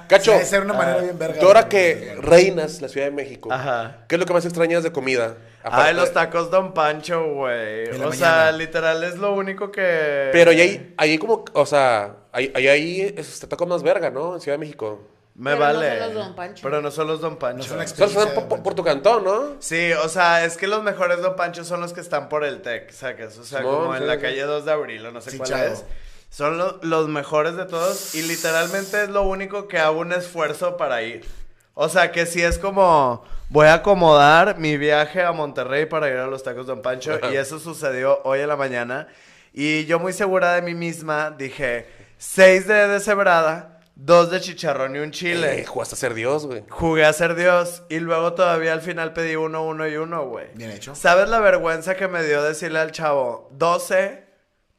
S3: Cacho,
S2: Debe ser una manera bien verga.
S3: tú ahora
S2: güey.
S3: que reinas la Ciudad de México,
S4: Ajá.
S3: ¿qué es lo que más extrañas de comida?
S4: Ay,
S3: Aparte-
S4: Ah, los tacos Don Pancho, güey.
S2: En la
S4: O sea,
S2: mañana.
S4: literal es lo único que.
S3: Pero ahí hay, ahí hay como, o sea, ahí ahí hay este, tacos más verga, ¿no? En Ciudad de México.
S4: Me
S1: Pero no
S4: vale.
S1: son los Don Pancho.
S4: Pero no son los Don Pancho.
S2: No son la
S3: O sea,
S2: experiencia
S3: están
S2: de-
S3: por, por- por tu cantón, ¿no?
S4: Sí, o sea, es que los mejores Don Panchos son los que están por el TEC, sacas. O sea,
S3: Simón,
S4: como en
S3: sí,
S4: la
S3: sí.
S4: calle 2 de abril o no sé cuál
S2: Chichado.
S4: es. Son lo- los mejores de todos y literalmente es lo único que hago un esfuerzo para ir. O sea, que si es como, voy a acomodar mi viaje a Monterrey para ir a los tacos Don Pancho y eso sucedió hoy en la mañana. Y yo muy segura de mí misma dije, seis de deshebrada, dos de chicharrón y un chile.
S3: Eh, jugaste a ser Dios, güey.
S4: Jugué a ser Dios y luego todavía al final pedí uno, uno y uno, güey.
S2: Bien hecho.
S4: ¿Sabes la vergüenza que me dio decirle al chavo? 12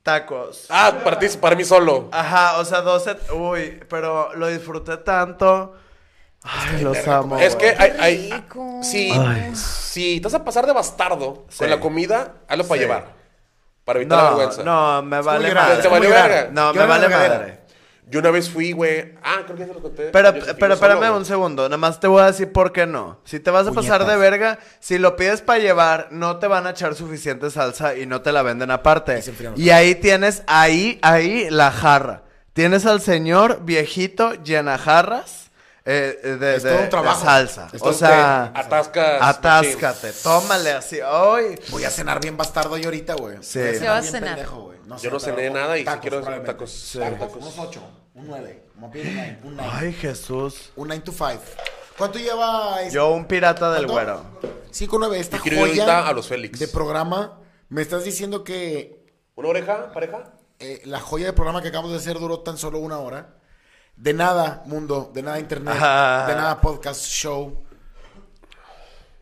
S4: tacos.
S3: Ah, para ti, para mí solo.
S2: Ah,
S4: Ajá, o sea, 12. Uy, pero lo disfruté tanto. Ay, los amo.
S3: Es que
S4: güey.
S3: hay, hay-
S1: rico.
S3: si,
S4: Ay.
S3: si te vas a pasar de bastardo
S4: Sí.
S3: con la comida, hazlo para
S4: Sí.
S3: llevar. Para evitar la
S4: No,
S3: vergüenza.
S4: no, me vale
S2: llorar,
S3: es
S4: madre.
S3: como Te valió llorar. verga.
S4: No, me
S2: Llora
S4: vale
S2: la regadera.
S4: madre.
S3: Yo una vez fui, güey. Ah, creo que ya se lo conté.
S4: Pero,
S3: Yo sí fui
S4: pero
S3: yo solo,
S4: espérame
S3: güey.
S4: un segundo, nada más te voy a decir por qué no. Si te vas a pasar de
S2: Puñetas.
S4: verga, si lo pides para llevar, no te van a echar suficiente salsa y no te la venden aparte.
S2: Y se enfrían los
S4: Y ahí tienes, ahí, ahí la jarra. Tienes al señor viejito llena jarras eh, eh, de,
S2: Es todo
S4: de-
S2: un trabajo.
S4: de salsa.
S2: Es
S4: o
S2: todo-
S4: sea,
S3: te atascas,
S4: Atáscate, tómale así. Ay,
S2: Voy a cenar bien bastardo yo ahorita, güey.
S4: Sí.
S2: Voy
S4: Se
S1: va a
S2: bien
S1: cenar.
S2: pendejo, güey. No
S3: Yo no
S2: pero
S3: cené nada y sí quiero hacer
S2: probablemente.
S3: tacos. Sí.
S2: Tacos,
S3: Tacos.
S2: unos ocho, un nueve. Como pide un nine, un nine.
S4: ay, Jesús.
S2: Un 9 to 5. ¿Cuánto lleva este?
S4: Yo un pirata del güero.
S2: 5-9, esta
S3: Yo quiero ir
S2: joya
S3: ahorita a los Félix.
S2: de programa. Me estás diciendo que
S3: ¿Una oreja, pareja?
S2: eh, la joya de programa que acabamos de hacer duró tan solo una hora. De nada, mundo. De nada, internet.
S4: Ajá.
S2: De nada, podcast, show.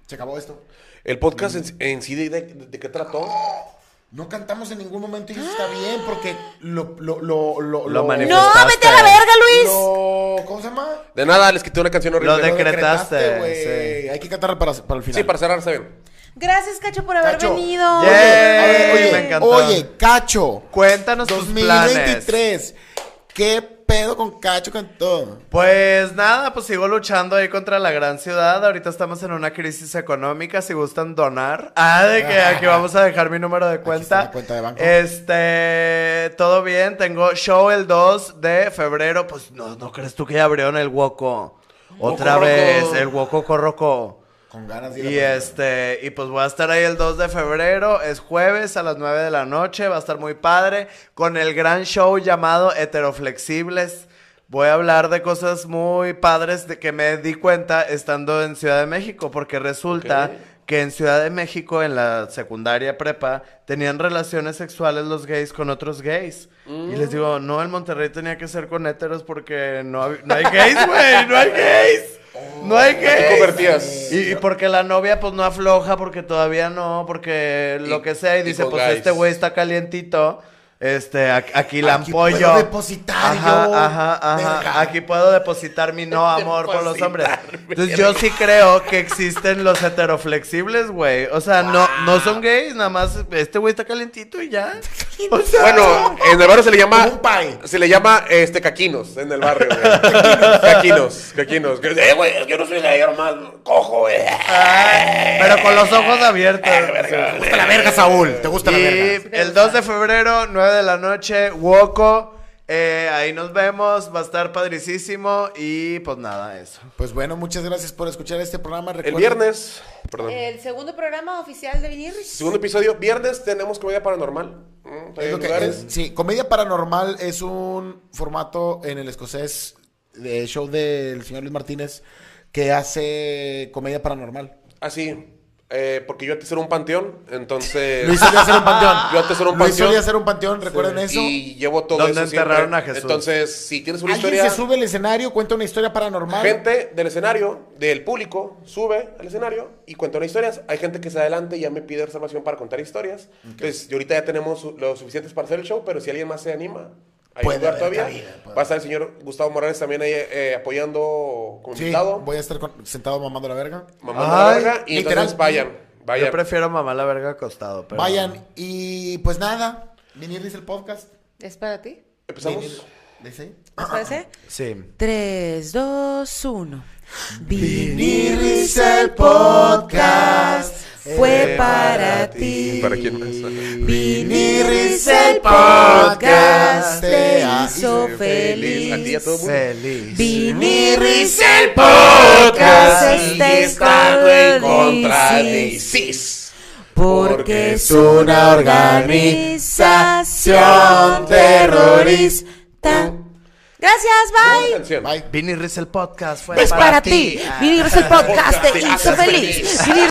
S2: Se acabó esto. Mm.
S3: El podcast en, en sí, de, de- de qué trató?
S2: No cantamos en ningún momento y eso
S1: Ah.
S2: está bien porque lo... Lo, lo, lo,
S4: Lo
S2: lo-
S4: manif-
S1: No, vete a la verga, Luis.
S2: lo- ¿Cómo se llama?
S3: De nada, les quité una canción horrible.
S4: Lo
S3: ¿no?
S4: decre-
S2: decretaste,
S4: Decretaste,
S2: güey. Hay que cantar para, para el final.
S3: Sí, para cerrar, está bien.
S1: Gracias, Cacho, por haber
S2: Cacho.
S1: venido.
S2: Oye,
S4: Yeah.
S2: oye, oye,
S4: Me encantó.
S2: oye, Cacho.
S4: Cuéntanos tus planes.
S2: 2023. ¿Qué pedo con Cacho Cantón?
S4: Pues nada, pues sigo luchando ahí contra la gran ciudad. Ahorita estamos en una crisis económica. Si gustan donar. Ah, de que aquí vamos a dejar mi número de cuenta.
S2: está la cuenta de banco.
S4: Este, todo bien. Tengo show el 2 de febrero. Pues no, ¿no crees tú que ya abrieron el Woco? Otra
S3: Woco
S4: vez,
S3: Roco.
S4: el Woco Corroco.
S2: Con ganas de ir a
S4: Y
S2: la-
S4: este, y pues voy a estar ahí el 2 de febrero, es jueves a las 9 de la noche, va a estar muy padre, con el gran show llamado Heteroflexibles. Voy a hablar de cosas muy padres de que me di cuenta estando en Ciudad de México, porque resulta
S3: Ok.
S4: que en Ciudad de México, en la secundaria prepa, tenían relaciones sexuales los gays con otros gays. Y les
S3: Mm.
S4: digo, no, en Monterrey tenía que ser con heteros porque no, hab- no hay gays, güey, no hay gays. No hay
S3: Oh, ¿Qué
S4: gays.
S3: convertías?
S4: Y, y porque la novia pues no afloja, porque todavía no, porque lo
S3: Y-
S4: que sea,
S3: y
S4: y dice,
S3: con
S4: pues
S3: guys.
S4: este güey está calientito, este, a- aquí la
S2: Aquí puedo
S4: ampollo.
S2: depositar
S4: Ajá,
S2: yo,
S4: ajá, ajá.
S2: verga.
S4: Aquí puedo depositar mi no amor por los hombres.
S3: Depositar,
S4: Entonces yo sí creo que existen los heteroflexibles, güey. O sea, no, no son gays, nada más este güey está calientito y ya. O sea,
S3: Bueno, en el barrio se le llama.
S2: pues, Como un pie.
S3: Se le llama este caquinos en el barrio. güey. caquinos, caquinos. Que-
S5: Eh, güey, yo no soy gallero más cojo, güey.
S4: ay, pero con los ojos abiertos.
S2: Te Ah, gusta la verga, Saúl. Te gusta la verga.
S4: Y el 2 de febrero, 9 de la noche, Woco. Eh, ahí nos vemos, va a estar padricísimo y pues nada, eso.
S2: Pues bueno, muchas gracias por escuchar este programa.
S3: El
S2: Recuerden-
S3: viernes. Perdón.
S1: El segundo programa oficial de Vinir.
S3: Segundo episodio. Viernes tenemos comedia paranormal. Mm,
S2: Es
S3: hay
S2: lo que
S3: lugares.
S2: es- sí, Comedia Paranormal es un formato en el escocés de show del señor Luis Martínez que hace comedia paranormal.
S3: Así. eh, porque yo antes era un panteón. Entonces.
S2: Luis solía hacer un panteón.
S3: Yo antes era un
S2: Luis solía
S3: panteón.
S2: hacer un panteón, recuerden eso.
S3: Y llevo todo
S4: ¿Dónde
S3: eso
S4: enterraron
S3: siempre.
S4: a Jesús?
S3: Entonces, si tienes una
S2: Alguien
S3: historia.
S2: se sube al escenario, cuenta una historia paranormal.
S3: Gente del escenario, del público, sube al escenario y cuenta unas historias. Hay gente que se adelante y ya me pide reservación para contar historias. Entonces, yo ahorita ya tenemos su- los suficientes para hacer el show, pero si alguien más se anima, hay
S2: Puede
S3: lugar
S2: haber
S3: todavía.
S2: cabida, puede
S3: Va a estar el señor Gustavo Morales también ahí eh, apoyando como
S2: Sí,
S3: invitado.
S2: voy a estar con- sentado mamando la verga.
S3: Mamando la
S4: Ay,
S3: verga. Y
S2: literal.
S3: entonces vayan,
S4: Yo
S3: vayan.
S4: prefiero mamá la verga acostado, pero.
S2: Vayan y pues nada, venir dice el podcast.
S1: ¿Es para ti?
S3: Empezamos.
S2: Dice.
S1: ¿Les parece?
S4: Sí.
S1: 3, 2, 1.
S2: Vinilis el podcast Eh,
S1: fue Eh, para ti.
S3: ¿Para quién más?
S1: Vinilis
S2: el podcast te
S1: hizo
S3: hizo feliz.
S1: feliz.
S3: A ti y a todo el mundo.
S4: Feliz.
S1: Vinilis el
S5: Podcast
S1: podcast
S5: sigue
S1: está
S5: estando en contra de
S1: feliz.
S5: ISIS.
S1: Porque es una organización terrorista. Gracias,
S3: Una
S1: bye.
S3: canción.
S2: Bye.
S1: Pues
S4: Vinny Riz el podcast fue Ah.
S1: Es para ti. Vinirris el podcast te hizo eh, feliz. Vinirris